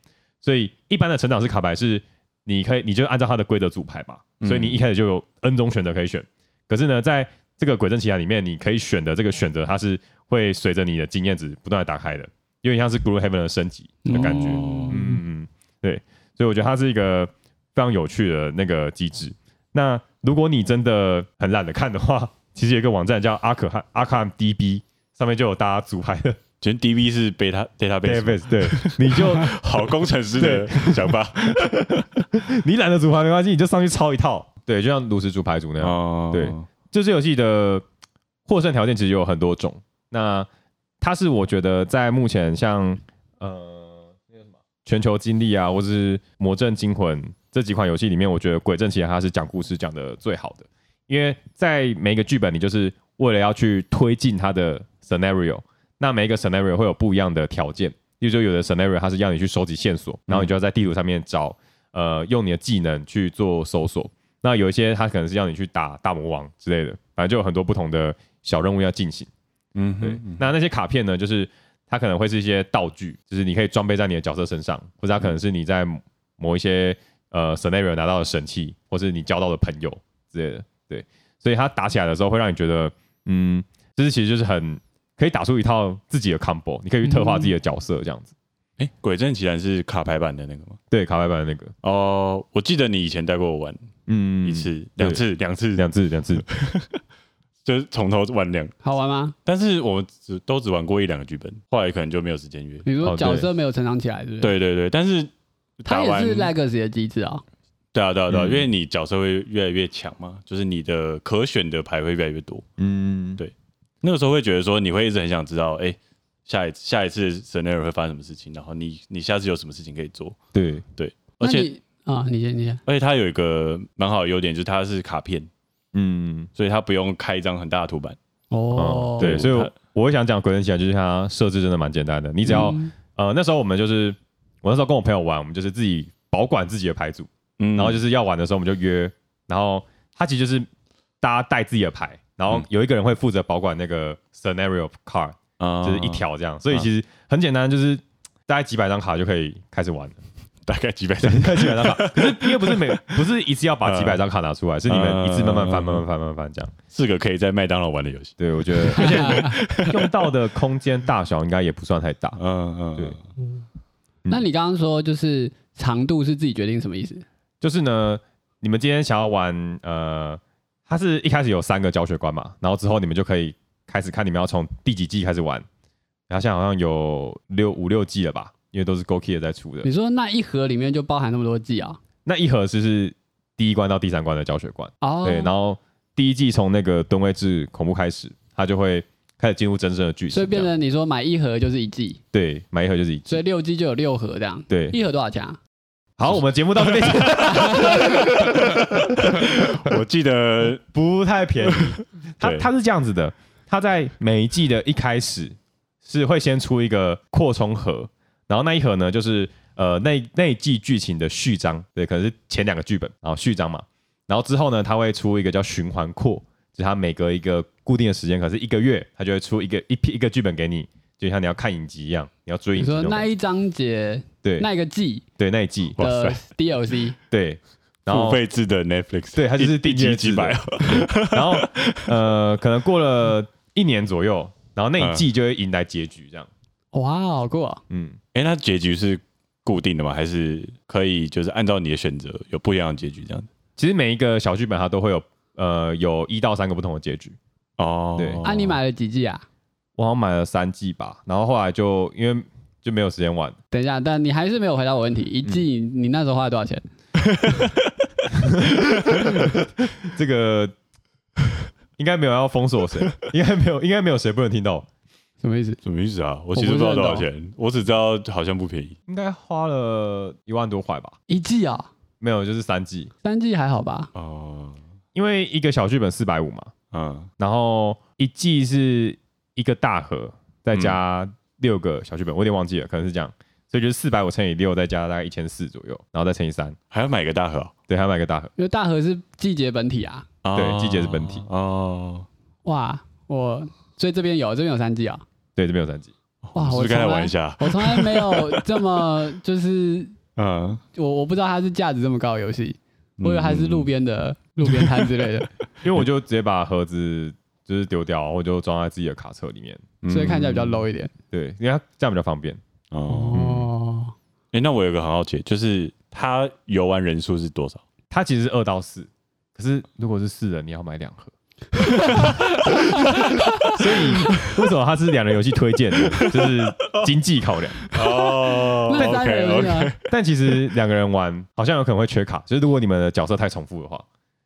Speaker 3: 所以一般的成长式卡牌是，你可以你就按照它的规则组牌嘛，所以你一开始就有 N 种选择可以选。可是呢，在这个《鬼阵奇谭》里面你可以选的这个选择，它是会随着你的经验值不断的打开的，有点像是《Blue Heaven》的升级的感觉。
Speaker 2: 哦
Speaker 3: 嗯嗯，嗯对，所以我觉得它是一个非常有趣的那个机制。那如果你真的很懒得看的话，其实有一个网站叫阿可汗阿卡 DB，上面就有大家组牌的
Speaker 2: 其实 DB 是 beta database，
Speaker 3: database，对，你就
Speaker 2: 好工程师的想法
Speaker 3: 你懒得组牌没关系，你就上去抄一套，对，就像炉石组牌组那样。
Speaker 2: 哦
Speaker 3: 对这支游戏的获胜条件其实有很多种，那它是我觉得在目前像呃那个什么全球经历啊，或是魔阵惊魂这几款游戏里面，我觉得鬼阵其实它是讲故事讲的最好的，因为在每个剧本你就是为了要去推进它的 scenario，那每一个 scenario 会有不一样的条件，例如说有的 scenario 它是要你去收集线索，然后你就要在地图上面找呃用你的技能去做搜索，那有一些它可能是要你去打大魔王之类的，反正就有很多不同的小任务要进行。
Speaker 2: 嗯
Speaker 3: 对，
Speaker 2: 哼，
Speaker 3: 那那些卡片呢，就是它可能会是一些道具，就是你可以装备在你的角色身上，或者它可能是你在某一些呃 scenario 拿到的神器，或是你交到的朋友之类的。对，所以它打起来的时候会让你觉得，嗯，就是其实就是很可以打出一套自己的 combo，你可以去特化自己的角色这样子。
Speaker 2: 哎，鬼阵奇谭是卡牌版的那个吗？
Speaker 3: 对，卡牌版的那个，
Speaker 2: 哦，我记得你以前带过我玩
Speaker 3: 嗯，
Speaker 2: 一次、
Speaker 3: 对
Speaker 2: 两次、两次，
Speaker 3: 两次，两次，
Speaker 2: 就是从头玩两。
Speaker 1: 好玩吗？
Speaker 2: 但是我们只都只玩过一两个剧本，后来可能就没有时间约。
Speaker 1: 你说
Speaker 3: 哦对
Speaker 1: 角色没有成长起来，是不是？，
Speaker 2: 对对对，但是
Speaker 1: 它
Speaker 2: 打
Speaker 1: 也
Speaker 2: 完
Speaker 1: 是 Legacy 的机制啊、
Speaker 2: 对啊对啊对啊，
Speaker 3: 嗯
Speaker 2: 因为你角色会越来越强嘛，就是你的可选的牌会越来越多。
Speaker 3: 嗯，
Speaker 2: 对那个时候会觉得说，你会一直很想知道，哎、下一下一次 scenario 会发生什么事情，然后你你下次有什么事情可以做，
Speaker 3: 对，
Speaker 2: 而
Speaker 1: 那
Speaker 2: 且
Speaker 1: 你啊，你先，你先。
Speaker 2: 而且它有一个蛮好的优点，就是它是卡片，
Speaker 3: 嗯。
Speaker 2: 所以它不用开一张很大的图板。
Speaker 1: 哦
Speaker 3: 哦，，对，所以我
Speaker 2: 它
Speaker 3: 我会想讲《鬼灯奇谭》，就是它设置真的蛮简单的，你只要、
Speaker 1: 嗯
Speaker 3: 呃那时候我们就是我那时候跟我朋友玩，我们就是自己保管自己的牌组，
Speaker 2: 嗯
Speaker 3: 然后就是要玩的时候我们就约，然后它其实就是大家带自己的牌，然后有一个人会负责保管那个 scenario card，、
Speaker 2: 啊
Speaker 3: 就是一条这样，所以其实很简单，就是大概几百张卡就可以开始玩了，
Speaker 2: 大概几百张，
Speaker 3: 大概几百张卡，可是因为不是每不是一次要把几百张卡拿出来，是你们一次慢慢翻、
Speaker 2: 嗯
Speaker 3: 慢慢翻、慢慢翻这样。
Speaker 2: 是个可以在麦当劳玩的游戏。
Speaker 3: 对，我觉得，而且用到的空间大小应该也不算太大。
Speaker 2: 嗯嗯，
Speaker 3: 对，
Speaker 1: 那你刚刚说就是长度是自己决定，什么意思？
Speaker 3: 就是呢，你们今天想要玩，呃，它是一开始有三个教学关嘛，然后之后你们就可以开始看你们要从第几季开始玩。然后现在好像有六五六季了吧，因为都是 GoKey 在出的
Speaker 1: 你。说那一盒里面就包含那么多季啊？
Speaker 3: 那一盒就是第一关到第三关的教学关，
Speaker 1: 哦，
Speaker 3: 对。然后第一季从那个吨位制恐怖开始，它就会开始进入真正的剧情这
Speaker 1: 所以
Speaker 3: 样。
Speaker 1: 变成你说买一盒就是一季，
Speaker 3: 对，买一盒就是一
Speaker 1: 所以
Speaker 3: 季。
Speaker 1: 六季就有六盒这样。
Speaker 3: 对，
Speaker 1: 一盒多少钱啊？
Speaker 3: 好，我们节目到这边。
Speaker 2: 嗯 我记得
Speaker 3: 不太便宜。它
Speaker 2: 对
Speaker 3: 它是这样子的，它在每一季的一开始是会先出一个扩充盒，然后那一盒呢就是呃那那一季剧情的序章，对，可能是前两个剧本，然后序章嘛，然后之后呢它会出一个叫循环扩，就是它每隔一个固定的时间，可能是一个月，它就会出一个一批一个剧本给你，就像你要看影集一样，你要追
Speaker 1: 你
Speaker 3: 影集
Speaker 1: 说
Speaker 3: 那种
Speaker 1: 那
Speaker 3: 感觉。
Speaker 1: 一章节
Speaker 3: 对
Speaker 1: 那一个季
Speaker 3: 对那一季
Speaker 2: 哇
Speaker 1: 的
Speaker 2: 塞
Speaker 1: DLC，
Speaker 3: 对，然
Speaker 2: 付
Speaker 3: 后
Speaker 2: 费制的 Netflix，
Speaker 3: 对它就是
Speaker 2: 一
Speaker 3: 订
Speaker 2: 一
Speaker 3: 阅
Speaker 2: 集
Speaker 3: 制
Speaker 2: 几
Speaker 3: 的
Speaker 2: 百，
Speaker 3: 然后呃，可能过了一年左右，然后那一季就会迎来结局，这样。
Speaker 1: 哇，好酷哦！
Speaker 3: 嗯，
Speaker 2: 哎、那结局是固定的吗？还是可以就是按照你的选择有不一样的结局这样子？
Speaker 3: 其实每一个小剧本它都会有呃有一到三个不同的结局。
Speaker 2: 哦
Speaker 3: 对
Speaker 1: 啊，你买了几季啊？
Speaker 3: 我好像买了三季吧，然后后来就因为就没有时间玩，
Speaker 1: 等一下，但你还是没有回答我问题。一季
Speaker 3: 嗯
Speaker 1: 你那时候花了多少钱？
Speaker 3: 这个 应该没有要封锁谁， 应该没有，应该没有谁不能听到。
Speaker 1: 什么意思？
Speaker 2: 什么意思啊？我
Speaker 1: 不
Speaker 2: 其实不知道
Speaker 1: 是
Speaker 2: 多
Speaker 1: 很
Speaker 2: 少钱，我只知道好像不便宜。
Speaker 3: 应该花了一万多块吧？
Speaker 1: 一季啊，
Speaker 3: 没有，就是三季，
Speaker 1: 三季还好吧？
Speaker 2: 哦，
Speaker 3: 因为一个小剧本四百五嘛，
Speaker 2: 嗯，
Speaker 3: 然后一季是一个大盒，再加六个小剧本，我有点忘记了，可能是这样，所以就是四百五乘以六，再加大概一千四左右，然后再乘以三，
Speaker 2: 还要买个大盒哦、
Speaker 3: 对，还要买个大盒，
Speaker 1: 因为大盒是季节本体啊。
Speaker 3: 对季节是本体
Speaker 2: 哦。
Speaker 1: 哇，我所以这边有，这边有三季啊。
Speaker 3: 对，这边有三集，
Speaker 1: 哇，
Speaker 2: 是
Speaker 1: 我
Speaker 2: 不是刚才
Speaker 1: 从来
Speaker 2: 玩一下？
Speaker 1: 我从来没有这么就是
Speaker 2: 嗯，
Speaker 1: 我我不知道它是价值这么高的游戏，我以为它是路边的、路边摊之类的。
Speaker 3: 因为我就直接把盒子就是丢掉，或者就装在自己的卡车里面。
Speaker 1: 所以看起来比较 low 一点。
Speaker 3: 对，因为它这样比较方便。
Speaker 2: 哦。
Speaker 1: 哦，
Speaker 2: 哎、那我有个很好奇，就是他游玩人数是多少？
Speaker 3: 它其实是二到四，可是如果是四人，你要买两盒。所以为什么它是两人游戏推荐的？就是经济考量。
Speaker 2: 哦
Speaker 1: 那三人游戏呢？
Speaker 3: 但其实两个人玩好像有可能会缺卡，就是如果你们的角色太重复的话，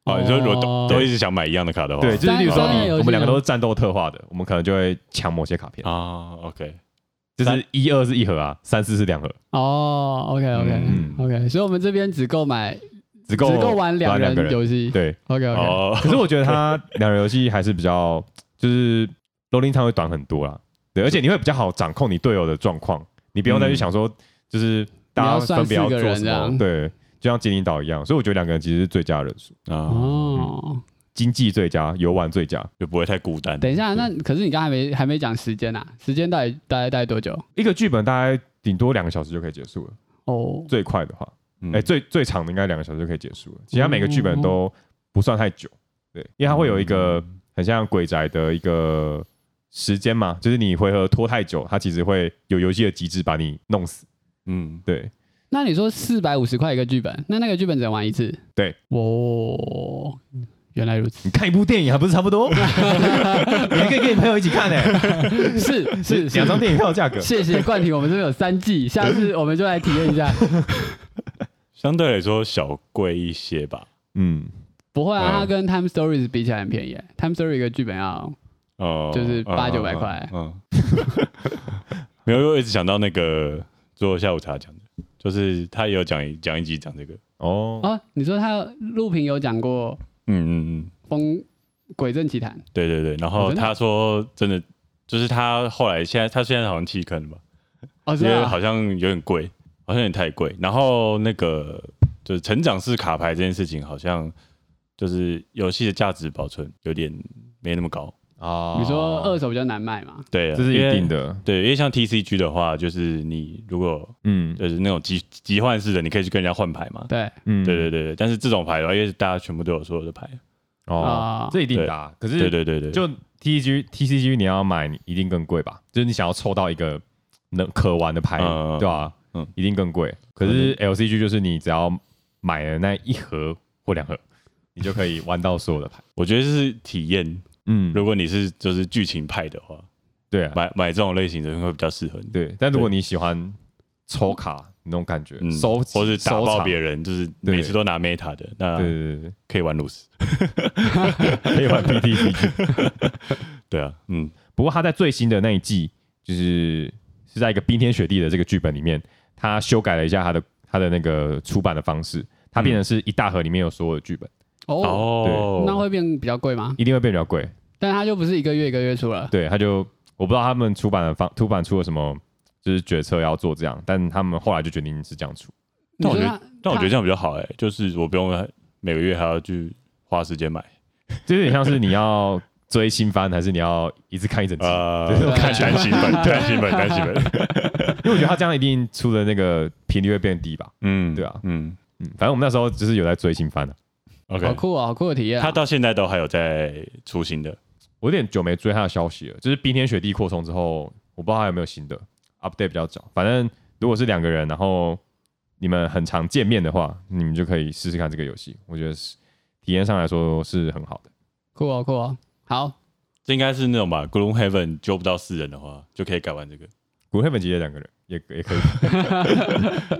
Speaker 2: 哦，你说如果
Speaker 1: 哦
Speaker 2: 都都一直想买一样的卡的话，
Speaker 3: 对，就是例如说
Speaker 1: 三人游戏
Speaker 3: 你
Speaker 1: 呢
Speaker 3: 我们两个都是战斗特化的，我们可能就会抢某些卡片，
Speaker 2: 啊，OK，
Speaker 3: 就是一二是一盒啊，三四是两盒，
Speaker 1: 哦，OK OK
Speaker 3: 嗯
Speaker 1: OK，所以我们这边只购买只
Speaker 3: 只够
Speaker 1: 购玩两
Speaker 3: 个
Speaker 1: 人
Speaker 3: 人。
Speaker 1: 游戏。
Speaker 3: 对，
Speaker 1: OK OK，
Speaker 2: 哦，
Speaker 3: 可是我觉得它两人游戏还是比较，就是 loading time 会短很多啦。对，而且你会比较好掌控你队友的状况，你不用再去想说，就是大家分别要
Speaker 1: 你要算四个人
Speaker 3: 做什
Speaker 1: 这
Speaker 3: 么。
Speaker 1: 样
Speaker 3: 对，就像精灵岛一样，所以我觉得两个人其实是最佳人数，
Speaker 2: 啊，
Speaker 1: 哦，
Speaker 3: 经济最佳，游玩最佳。
Speaker 2: 就不会太孤单。
Speaker 1: 等一下，那可是你刚才还没还没讲时间啊？时间到底大概大概多久？
Speaker 3: 一个剧本大概顶多两个小时就可以结束了，
Speaker 1: 哦，
Speaker 3: 最快的话，
Speaker 2: 嗯
Speaker 3: 哎，最最长的应该两个小时就可以结束了。其他每个剧本都不算太久，对，因为它会有一个很像鬼宅的一个时间嘛，就是你回合拖太久，它其实会有游戏的机制把你弄死。
Speaker 2: 嗯，
Speaker 3: 对，
Speaker 1: 那你说四百五十块一个剧本，那那个剧本只能玩一次？
Speaker 3: 对。
Speaker 1: 哦，原来如此
Speaker 3: 你，看一部电影还不是差不 多？你还可以跟你朋友一起看呢、
Speaker 1: 是是
Speaker 3: 两
Speaker 1: 是。
Speaker 3: 张电影票的价 格。
Speaker 1: 谢谢冠廷，我们这边有三 季，下次我们就来体验一下。
Speaker 2: 相对来说小贵一些吧。
Speaker 3: 嗯，
Speaker 1: 不会啊，
Speaker 2: 嗯
Speaker 1: 它跟 Time Stories 比起来很便宜耶。Time Story 一个剧本要
Speaker 2: 哦，
Speaker 1: 就是
Speaker 2: 嗯
Speaker 1: 八九百块。
Speaker 2: 嗯， 嗯没有，因为我一直想到那个做下午茶讲的，就是他也有讲一讲一集讲这个。
Speaker 3: 哦，
Speaker 1: 哦，你说他录屏有讲过
Speaker 2: 嗯嗯嗯，
Speaker 1: 《风鬼阵奇谭
Speaker 2: 对对对。
Speaker 1: 哦
Speaker 2: 然后
Speaker 1: 真的
Speaker 2: 他说真的，就是他后来现在他现在好像弃坑了吧，》
Speaker 1: 哦，是
Speaker 2: 因为
Speaker 1: 啊，
Speaker 2: 好像有点贵，好像有点太贵。然后那个就是成长式卡牌这件事情，好像就是游戏的价值保存有点没那么高。
Speaker 3: 啊
Speaker 1: 你说二手比较难卖嘛？
Speaker 2: 对啊，
Speaker 3: 这是一定
Speaker 2: 因为。
Speaker 3: 的。
Speaker 2: 对，因为像 TCG 的话，就是你如果呃
Speaker 3: 嗯
Speaker 2: 就是那种集集换式的，你可以去跟人家换牌嘛。
Speaker 1: 对，
Speaker 3: 嗯，
Speaker 2: 对对对对，但是这种牌的话，因为大家全部都有所有的牌。
Speaker 3: 哦
Speaker 1: 啊，
Speaker 3: 这一定的啊。可是
Speaker 2: 对对对对，
Speaker 3: 就 T G T C G 你要买，你一定更贵吧？就是你想要抽到一个能可玩的牌，
Speaker 2: 嗯
Speaker 3: 对吧、
Speaker 2: 嗯
Speaker 3: 一定更贵。可是 L C G 就是你只要买了那一盒或两盒，你就可以玩到所有的牌。
Speaker 2: 我觉得是体验。
Speaker 3: 嗯，
Speaker 2: 如果你是就是剧情派的话，
Speaker 3: 对啊，
Speaker 2: 买买这种类型的会比较适合你。
Speaker 3: 对。但如果你喜欢抽卡那种感觉，
Speaker 2: 嗯，
Speaker 3: 收集
Speaker 2: 或是打
Speaker 3: 收
Speaker 2: 爆
Speaker 3: 藏
Speaker 2: 别人，啊就是
Speaker 3: 对
Speaker 2: 每次都拿 Meta 的，那
Speaker 3: 对对对
Speaker 2: 可以玩炉石。
Speaker 3: 对，可以玩 P T C G。
Speaker 2: 对啊，嗯，
Speaker 3: 不过他在最新的那一季，就是是在一个冰天雪地的这个剧本里面，他修改了一下他的他的那个出版的方式，它变成是一大盒里面有所有的剧本，
Speaker 1: 哦，
Speaker 2: 哦，
Speaker 1: 那会变比较贵吗？
Speaker 3: 一定会变比较贵。
Speaker 1: 但它就不是一个月一个月出了。
Speaker 3: 对，他就我不知道他们出版的方出版出了什么，就是决策要做这样，但他们后来就决定是这样出。
Speaker 1: 你
Speaker 2: 但我
Speaker 1: 说
Speaker 2: 觉得
Speaker 1: 它，
Speaker 2: 但我觉得这样比较好哎，就是我不用每个月还要去花时间买
Speaker 3: 这有点像是你要追新番，还是你要一次看一整集？
Speaker 2: 啊
Speaker 3: 对，
Speaker 2: 看单行 本，单行本，单行本，
Speaker 3: 因为我觉得他这样一定出的那个频率会变低吧。
Speaker 2: 嗯，
Speaker 3: 对啊
Speaker 2: 嗯
Speaker 3: 嗯，反正我们那时候就是有在追新番啊的、
Speaker 1: 好
Speaker 2: ，OK，
Speaker 1: 酷哦，好酷的体验啊。
Speaker 2: 他到现在都还有在出新的，
Speaker 3: 我有点久没追他的消息了，就是冰天雪地扩充之后，我不知道还有没有新的 update 比较早。反正如果是两个人，然后你们很常见面的话，你们就可以试试看这个游戏。我觉得是体验上来说是很好的。
Speaker 1: 酷哦酷哦，好，
Speaker 2: 这应该是那种吧，Gloom Heaven 揪不到四人的话，就可以改玩这个。
Speaker 3: 古黑本其实也两个人也 也可以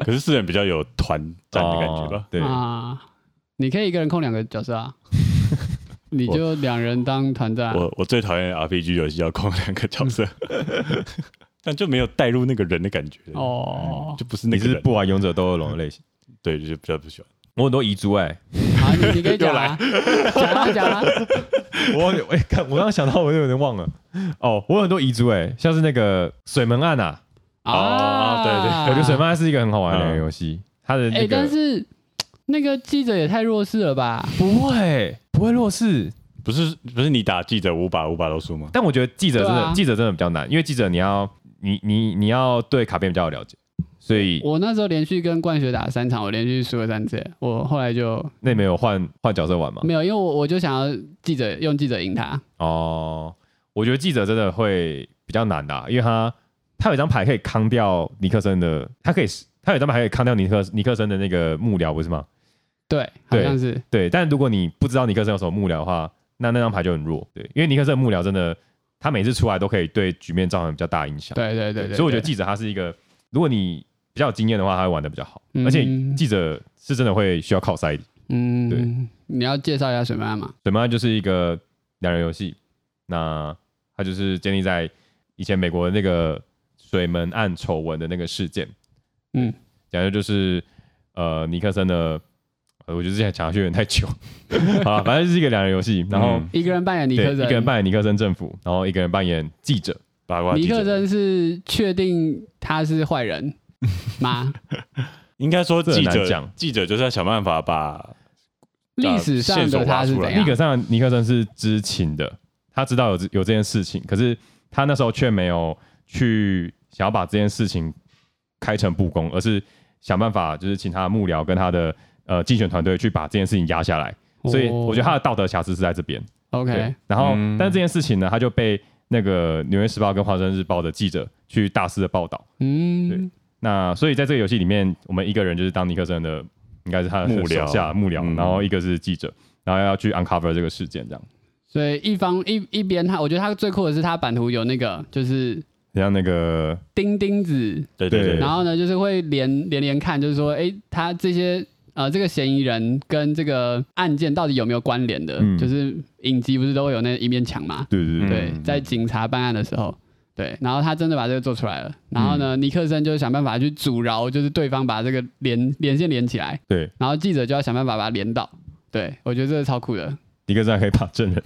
Speaker 2: 可是四人比较有团战的感觉
Speaker 3: 哦
Speaker 2: 吧。
Speaker 3: 对，
Speaker 1: 啊，你可以一个人控两个角色 啊，你就两人当团战啊。
Speaker 2: 我我最讨厌 RPG 游戏要控两个角 色，但就没有带入那个人的感觉，
Speaker 1: 哦，
Speaker 2: 就不是
Speaker 3: 你
Speaker 2: 那个
Speaker 3: 是
Speaker 2: 人。
Speaker 3: 不玩勇者斗恶龙的类型。
Speaker 2: 对，就比较不喜欢。
Speaker 3: 我很多遗珠哎、
Speaker 1: 好，你你可以讲啊，讲啊讲 啊，
Speaker 3: 我哎、看我刚刚想到，我就有点忘了。哦，我有很多遗珠哎、像是那个水门案啊，
Speaker 1: 啊，
Speaker 2: 哦对对
Speaker 3: 我觉得水门案是一个很好玩的
Speaker 2: 嗯
Speaker 3: 游戏，它的
Speaker 1: 哎
Speaker 3: 那，
Speaker 1: 但
Speaker 3: 个
Speaker 1: 是那个记者也太弱势了吧？
Speaker 3: 不会不会弱势，
Speaker 2: 不是不是你打记者五把五把都输吗？
Speaker 3: 但我觉得记者真的、
Speaker 1: 对啊
Speaker 3: 记者真的比较难，因为记者你要你你你要对卡片比较有了解，所以
Speaker 1: 我那时候连续跟冠学打了三场，我连续输了三次，我后来就
Speaker 3: 那没有换换角色玩吗？
Speaker 1: 没有，因为我我就想要记者用记者赢他，
Speaker 3: 哦，我觉得记者真的会比较难的啊、因为他他有一张牌可以扛掉尼克森的，他可以他有一张牌可以扛掉尼克尼克森的那个幕僚，不是吗？
Speaker 1: 对，好
Speaker 3: 对
Speaker 1: 像是
Speaker 3: 对，但如果你不知道尼克森有什么幕僚的话，那那张牌就很弱。对，因为尼克森的幕僚真的，他每次出来都可以对局面造成比较大影响。
Speaker 1: 对对对对，
Speaker 3: 所以我觉得
Speaker 1: 对
Speaker 3: 记者他是一个，如果你比较有经验的话，他会玩的比较好，
Speaker 1: 嗯
Speaker 3: 而且记者是真的会需要靠塞。
Speaker 1: 嗯，
Speaker 3: 对
Speaker 1: 你要介绍一下水漫嘛？
Speaker 3: 水漫就是一个两人游戏，那它就是建立在以前美国的那个水门案丑闻的那个事件，
Speaker 1: 嗯，
Speaker 3: 讲的就是呃尼克森的，呃我觉得之前讲下去有点 太久，好了，反正就是一个两人游戏，然后
Speaker 2: 嗯
Speaker 1: 一个人扮演尼
Speaker 3: 对
Speaker 1: 克
Speaker 3: 一
Speaker 1: 森，
Speaker 3: 个人扮演尼克森政府，然后一个人扮演记者，
Speaker 2: 八卦
Speaker 1: 尼
Speaker 2: 记
Speaker 1: 克
Speaker 2: 者，
Speaker 1: 森是确定他是坏人 吗？
Speaker 2: 应该说
Speaker 3: 这很
Speaker 2: 记
Speaker 3: 难
Speaker 2: 者
Speaker 3: 讲
Speaker 2: 记者就是要想办法把
Speaker 1: 历史上的他是
Speaker 2: 线索挖
Speaker 1: 怎
Speaker 2: 出来
Speaker 3: 那
Speaker 1: 样
Speaker 3: 个？上尼克森是知情的，他知道有这有这件事情，可是他那时候却没有去想要把这件事情开诚布公，而是想办法就是请他的幕僚跟他的呃竞选团队去把这件事情压下来。所以我觉得他的道德瑕疵是在这边。
Speaker 1: 哦
Speaker 3: 对
Speaker 1: OK，，
Speaker 3: 然后、
Speaker 2: 嗯
Speaker 3: 但这件事情呢，他就被那个《纽约时报》跟《华盛顿日报》的记者去大肆的报道。
Speaker 1: 嗯，
Speaker 3: 那所以在这个游戏里面，我们一个人就是当尼克森的，应该是他的
Speaker 2: 幕僚
Speaker 3: 手下幕僚，
Speaker 2: 嗯
Speaker 3: 然后一个是记者，然后要去 uncover 这个事件，这样。
Speaker 1: 所以一方一一边他，我觉得他最酷的是他版图有那个就是
Speaker 3: 很像那个
Speaker 1: 钉钉子，
Speaker 2: 对对
Speaker 3: 对
Speaker 2: 对，
Speaker 1: 然后呢就是会连连连看，就是说，哎，他这些。呃，这个嫌疑人跟这个案件到底有没有关联的？
Speaker 3: 嗯
Speaker 1: 就是影集不是都会有那一面墙嘛？
Speaker 3: 对对对，
Speaker 1: 对，
Speaker 2: 嗯
Speaker 1: 在警察办案的时候，对，然后他真的把这个做出来了，然后呢，尼克森就想办法去阻挠，就是对方把这个连连线连起来，
Speaker 3: 对，
Speaker 1: 然后记者就要想办法把它连到，对我觉得这个超酷的，
Speaker 3: 尼克森还可以把证 人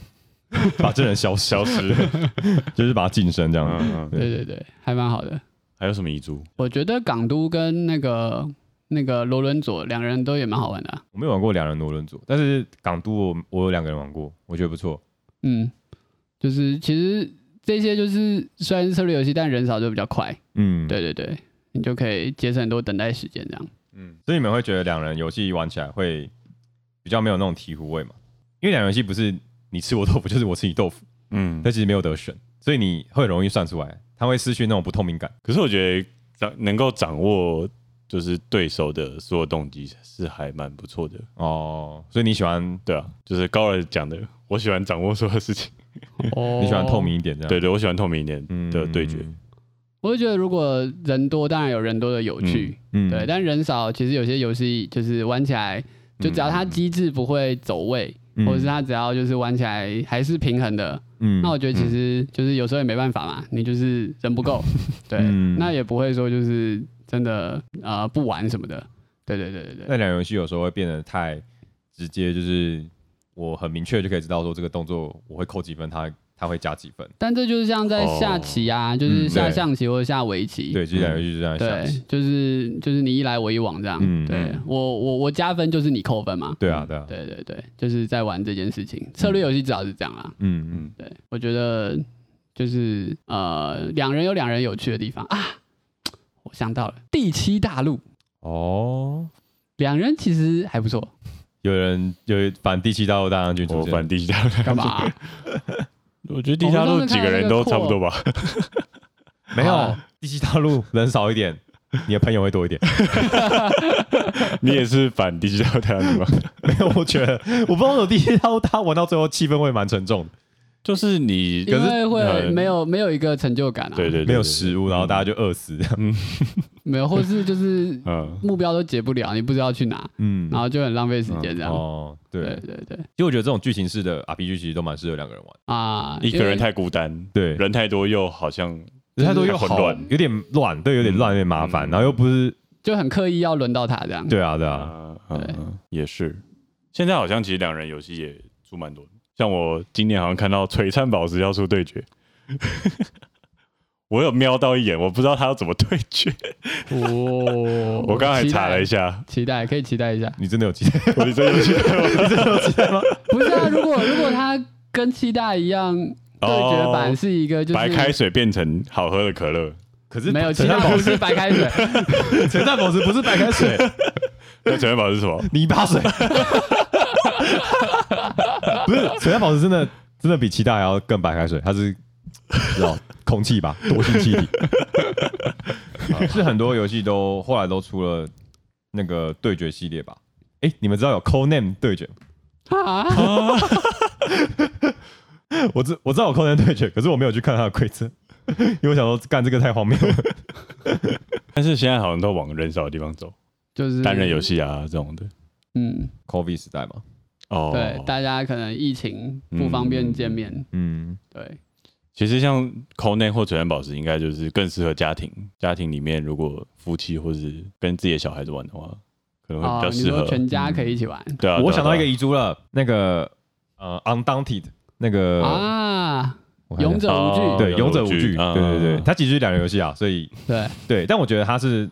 Speaker 3: 把证人消消失， 就是把他晋升这样。
Speaker 2: 嗯嗯，
Speaker 1: 对对对，还蛮好的。
Speaker 2: 还有什么遗珠？
Speaker 1: 我觉得港都跟那个那个罗伦佐两个人都也蛮好玩的啊、
Speaker 3: 我没有玩过两人多人组，但是港都我我有两个人玩过，我觉得不错。
Speaker 1: 嗯，就是其实这些就是虽然是策略游戏，但人少就比较快，
Speaker 3: 嗯，
Speaker 1: 对，对对，你就可以节省很多等待时间这样。
Speaker 2: 嗯，
Speaker 3: 所以你们会觉得两人游戏玩起来会比较没有那种醍醐味嘛？因为两人游戏不是你吃我豆腐就是我吃你豆腐，
Speaker 2: 嗯，
Speaker 3: 但其实没有得选，所以你会很容易算出来，它会失去那种不透明感。
Speaker 2: 可是我觉得掌能够掌握就是对手的所有动机是还蛮不错的，
Speaker 3: 哦，所以你喜欢
Speaker 2: 对啊，就是高尔讲的，我喜欢掌握所有事情，
Speaker 1: 哦
Speaker 3: 你喜欢透明一点这样，
Speaker 2: 对对，我喜欢透明一点
Speaker 3: 嗯
Speaker 2: 的对决，
Speaker 1: 我就觉得，如果人多，当然有人多的有趣，
Speaker 3: 嗯
Speaker 1: 对。但人少，其实有些游戏就是玩起来，就只要它机制不会走位，
Speaker 3: 嗯
Speaker 1: 或者是它只要就是玩起来还是平衡的，
Speaker 3: 嗯
Speaker 1: 那我觉得其实就是有时候也没办法嘛，你就是人不 够，对，
Speaker 3: 嗯
Speaker 1: 那也不会说就是真的呃不玩什么的，对对对对对，
Speaker 3: 那两人游戏有时候会变得太直接，就是我很明确就可以知道说这个动作我会扣几分，他他会加几分。
Speaker 1: 但这就是像在下棋啊，就是下象棋或者下围棋，
Speaker 3: 哦嗯对，就是两人游戏就这样下
Speaker 1: 对
Speaker 3: 棋。，
Speaker 1: 就是就是你一来我一往这样，
Speaker 3: 嗯
Speaker 1: 对
Speaker 3: 嗯
Speaker 1: 我我我加分就是你扣分嘛，
Speaker 3: 对啊，对啊，
Speaker 1: 对对对，就是在玩这件事情。策略游戏至少是这样啦。
Speaker 3: 嗯嗯，
Speaker 1: 对，我觉得就是呃，两人有两人有趣的地方啊。我想到了第七大陆，
Speaker 3: 哦，
Speaker 1: 两人其实还不错，
Speaker 3: 有人有反第七大陆大将军
Speaker 2: 我
Speaker 3: 出
Speaker 2: 反
Speaker 3: 现，
Speaker 2: 地下 路，
Speaker 1: 干嘛、
Speaker 2: 我觉得地下路几个人都差不多吧，
Speaker 3: 没有
Speaker 1: 啊
Speaker 3: 第七大陆人少一 点，你的朋友会多一点。
Speaker 2: 你也是反地下路太阳吗？
Speaker 3: 没有， 我觉得我不知道为什么第七大陆他玩到最后气氛会蛮沉重的，
Speaker 2: 就是你，
Speaker 1: 因
Speaker 2: 可
Speaker 1: 为
Speaker 2: 是
Speaker 1: 会
Speaker 2: 呃
Speaker 1: 没有没有一个成就感啊，
Speaker 2: 对对对
Speaker 3: 没有
Speaker 2: 失
Speaker 3: 食物，然后大家就饿死这样。
Speaker 1: 没有，或是就是
Speaker 2: 嗯
Speaker 1: 目标都解不了，你不知道去哪，
Speaker 3: 嗯
Speaker 1: 然后就很浪费时间
Speaker 2: 嗯
Speaker 1: 这样。
Speaker 3: 哦，
Speaker 1: 对
Speaker 3: 对，
Speaker 1: 对对
Speaker 3: 其实我觉得这种剧情式的 RPG 其实都蛮适合两个人玩。
Speaker 1: 啊，
Speaker 2: 一个
Speaker 1: 因为
Speaker 2: 人太孤单，
Speaker 3: 对，
Speaker 2: 人太多又好像
Speaker 3: 人太多又
Speaker 2: 混
Speaker 3: 好
Speaker 2: 乱
Speaker 3: 有点乱，对，有点乱，有点麻烦，
Speaker 2: 嗯
Speaker 3: 然后又不是，
Speaker 1: 就很刻意要轮到他这 样。
Speaker 3: 对啊，对啊，
Speaker 1: 对
Speaker 2: 啊，嗯也是。现在好像其实两人游戏也出蛮多的，像我今年好像看到璀璨宝石要出对决， 我有瞄到一眼，我不知道他要怎么对 决。
Speaker 1: 哦，
Speaker 2: 我刚才查了一
Speaker 1: 下，
Speaker 2: 下，
Speaker 1: 期待可以期待一下。
Speaker 3: 你真的有期 待？
Speaker 2: 我的真游戏
Speaker 1: 不 是啊，如果如果他
Speaker 2: 哦
Speaker 1: 跟七大一样，对决版是一个就是
Speaker 2: 白开水变成好喝的可乐，
Speaker 3: 可是
Speaker 1: 没有，其
Speaker 3: 陈
Speaker 1: 他
Speaker 3: 山
Speaker 1: 不
Speaker 3: 宝
Speaker 1: 是白开水，
Speaker 3: 陈山宝石不是白开 水，
Speaker 2: 那陈元宝是什 么？
Speaker 3: 泥巴水，不是陈山宝石真的真的比七大还要更白开水，它是知道空气吧，多性 气体，是很多游戏都后来都出了那个对决系列吧？哎、你们知道有 Code Name 对决吗？
Speaker 1: 啊，
Speaker 3: 我知我知道有 Conan 对决，可是我没有去看它的规则，因为我想说干这个太荒谬了。
Speaker 2: 但是现在好像都往人少的地方走，
Speaker 1: 就是
Speaker 2: 单人游，戏啊这种的。
Speaker 1: 嗯，
Speaker 3: COVID 时代嘛，
Speaker 2: 哦，
Speaker 1: 对，大家可能疫情不方便见面，
Speaker 3: 嗯，
Speaker 1: 对，
Speaker 2: 其实像 c o n a 或水源宝石，应该就是更适合家庭。家庭里面如果夫妻或是跟自己的小孩子玩的话，可能会
Speaker 1: 哦
Speaker 2: 比较，
Speaker 1: 你
Speaker 2: 适合。
Speaker 1: 说全家可以一起玩
Speaker 2: 对啊，
Speaker 3: 我想到一个
Speaker 2: 个
Speaker 3: 遗珠了，那个呃 Undaunted 那
Speaker 2: 呃
Speaker 3: 个、
Speaker 1: 啊，
Speaker 3: 我看一下
Speaker 1: 勇者无惧，
Speaker 2: 哦
Speaker 3: 对勇
Speaker 2: 勇
Speaker 3: 者
Speaker 2: 者
Speaker 3: 无
Speaker 2: 无
Speaker 3: 惧，
Speaker 2: 惧
Speaker 3: 对
Speaker 2: 啊
Speaker 3: 对对，它其实是两人游戏啊，所以
Speaker 1: 对，
Speaker 3: 对，但我觉得它是。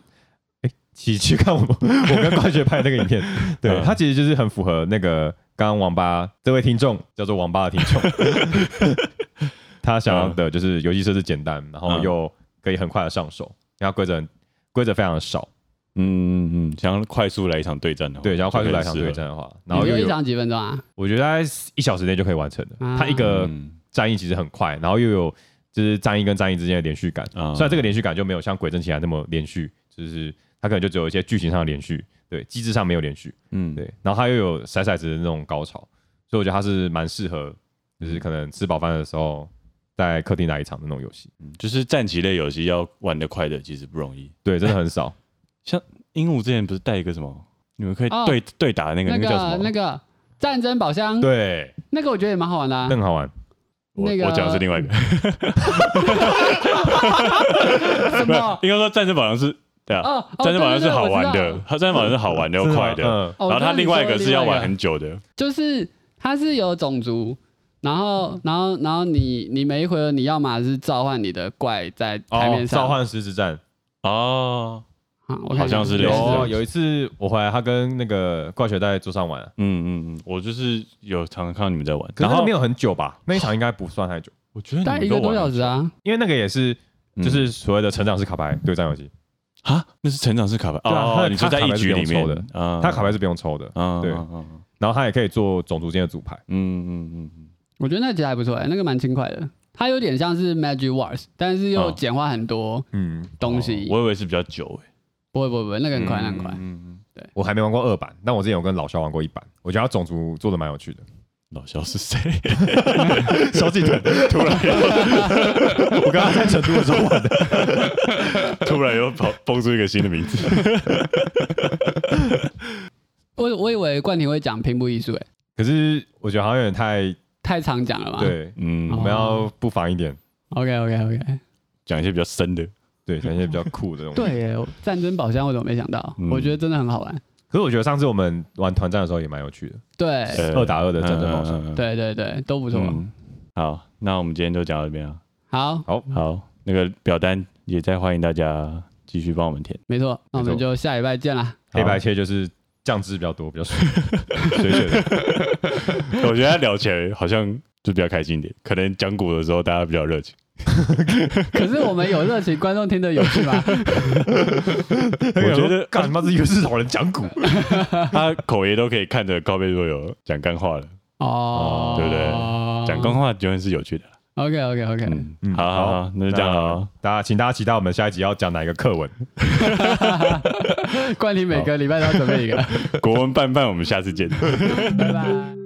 Speaker 3: 哎，其实去看我 我跟冠学拍的那个 影片，对
Speaker 2: 嗯
Speaker 3: 它其实就是很符合那个刚刚王八这位听众叫做王八的听众， 他想要的就是游戏设置简单，然后
Speaker 2: 嗯
Speaker 3: 又可以很快的上手，然后规则规则非常的少，
Speaker 2: 嗯嗯嗯，想要快速来一场对战的话，
Speaker 3: 对，想要快速来一场
Speaker 2: 就
Speaker 3: 对
Speaker 2: 很适合，
Speaker 3: 战的话，然
Speaker 1: 你
Speaker 3: 后
Speaker 1: 说
Speaker 3: 又
Speaker 1: 一
Speaker 3: 有，
Speaker 1: 场几分钟啊？
Speaker 3: 我觉得大概一小时内就可以完成的。
Speaker 1: 啊
Speaker 3: 它一个
Speaker 2: 嗯
Speaker 3: 战役其实很快，然后又有就是战役跟战役之间的连续感。
Speaker 2: 啊
Speaker 3: 虽然这个连续感就没有像《鬼阵奇谭》那么连续，就是它可能就只有一些剧情上的连续，对，机制上没有连续，
Speaker 2: 嗯
Speaker 3: 对。然后它又有甩骰子的那种高潮，所以我觉得它是蛮适合，就是可能吃饱饭的时候在客厅打一场的那种游戏。
Speaker 2: 嗯就是战棋类游戏要玩的快的其实不容易。
Speaker 3: 对，真的很少。
Speaker 2: 鹦鹉之前不是带一个什么，你们可以
Speaker 1: 哦
Speaker 2: 对对打那个
Speaker 1: 那
Speaker 2: 那个叫什
Speaker 1: 个
Speaker 2: 么
Speaker 1: 那？个战争宝箱，
Speaker 3: 对，
Speaker 1: 那个我觉得也蛮好玩嗯的啊
Speaker 3: 那，很好玩。
Speaker 2: 我
Speaker 1: 那个
Speaker 2: 我讲的是另外一个，
Speaker 1: 什么？
Speaker 2: 应该说战争宝箱是对啊，
Speaker 1: 哦，哦
Speaker 2: 战争宝箱是好玩，
Speaker 1: 对对对我
Speaker 2: 的
Speaker 1: 知道，
Speaker 2: 它战争宝箱是好玩的 又快的，
Speaker 3: 嗯，
Speaker 1: 哦
Speaker 2: 然后它另外一个是要玩，
Speaker 1: 我知道你说的另外一个
Speaker 2: 很久的，
Speaker 1: 就是它是有种族，然后然后然后你你每一回合你要么是召唤你的怪在台
Speaker 3: 哦
Speaker 1: 面，上，
Speaker 3: 召唤狮子战。
Speaker 2: 哦，
Speaker 1: 啊我看一下
Speaker 2: 好像是类似的
Speaker 3: 有
Speaker 2: 哦
Speaker 3: 有一次我回来，他跟那个怪学在桌上玩，
Speaker 2: 嗯嗯嗯，我就是有常常看到你们在玩，
Speaker 3: 可是
Speaker 2: 然
Speaker 3: 那个
Speaker 2: 后
Speaker 3: 没有很久吧？那一场应该不算太久，
Speaker 2: 我觉得
Speaker 1: 大概一个多小时啊，
Speaker 3: 因为那个也是
Speaker 2: 嗯
Speaker 3: 就是所谓的成长式卡牌对战游戏，
Speaker 2: 啊，那是成长式卡牌
Speaker 3: 对啊它
Speaker 2: 哦
Speaker 3: 的，
Speaker 2: 你说在一局里
Speaker 3: 它卡牌是不
Speaker 2: 面
Speaker 3: 用抽的
Speaker 2: 啊
Speaker 3: 它卡牌是不用抽的，
Speaker 2: 啊，
Speaker 3: 对
Speaker 2: 嗯嗯
Speaker 3: 然后它也可以做种族间的组牌，
Speaker 2: 嗯嗯嗯，
Speaker 1: 我觉得那其实还不错哎、那个蛮轻快的。它有点像是 Magic Wars，但是又
Speaker 2: 哦
Speaker 1: 简化很多
Speaker 3: 嗯，
Speaker 1: 东西。
Speaker 2: 我以为是比较久哎，
Speaker 1: 不会不会不会，那个很快，那个很快
Speaker 2: 嗯。嗯嗯
Speaker 3: 我还没玩过二版，但我之前有跟老肖玩过一版，我觉得它种族做的蛮有 趣的，
Speaker 2: 老肖是 谁？
Speaker 3: 小鸡腿突然，我刚刚在成都的时候玩的，
Speaker 2: 突然又跑蹦出一个新的名字。
Speaker 1: 我我以为冠廷会讲平步艺术哎，
Speaker 3: 可是我觉得好像有点太
Speaker 1: 太常讲了吧？
Speaker 3: 对，
Speaker 2: 嗯，
Speaker 1: 哦
Speaker 3: 我们要不防一点，
Speaker 1: ，OK OK OK。
Speaker 2: 讲一些比较深的。
Speaker 3: 对，展现比较酷的那种。
Speaker 1: 对耶，我战争宝箱我怎么没想到？
Speaker 2: 嗯
Speaker 1: 我觉得真的很好玩。
Speaker 3: 可是我觉得上次我们玩团战的时候也蛮有趣的，
Speaker 1: 对
Speaker 2: 呃
Speaker 3: 二打二的战争模式
Speaker 2: 嗯嗯嗯嗯
Speaker 1: 对对对，都不错。
Speaker 2: 嗯好，那我们今天就讲到这边啊。
Speaker 1: 好，
Speaker 2: 好，那个表单也再欢迎大家继续帮我们 填。
Speaker 1: 没错，那我
Speaker 3: 没
Speaker 1: 们
Speaker 3: 错
Speaker 1: 就下礼拜见啦。
Speaker 3: 黑白切就是酱汁比较多，比 较水水水的。
Speaker 2: 我觉得聊起来好像就比较开心一点，可能讲股的时候大家比较 热情。
Speaker 1: 可是我们有热情，观众听得有趣 吗？
Speaker 2: 我觉得
Speaker 3: 干嘛是又是老人讲古，
Speaker 2: 他口爷都可以看着高倍若有讲干话了，
Speaker 1: 哦，
Speaker 2: 对不对讲干话永远是有趣的。
Speaker 1: OK OK OK，
Speaker 2: 嗯
Speaker 3: 嗯，
Speaker 2: 好好好，那就这样了哦。
Speaker 3: 大家请大家期待我们下一集要讲哪一个课文。
Speaker 1: 冠廷每个礼拜都要准备一个，
Speaker 2: 国文办办，我们下次见。
Speaker 1: 拜拜。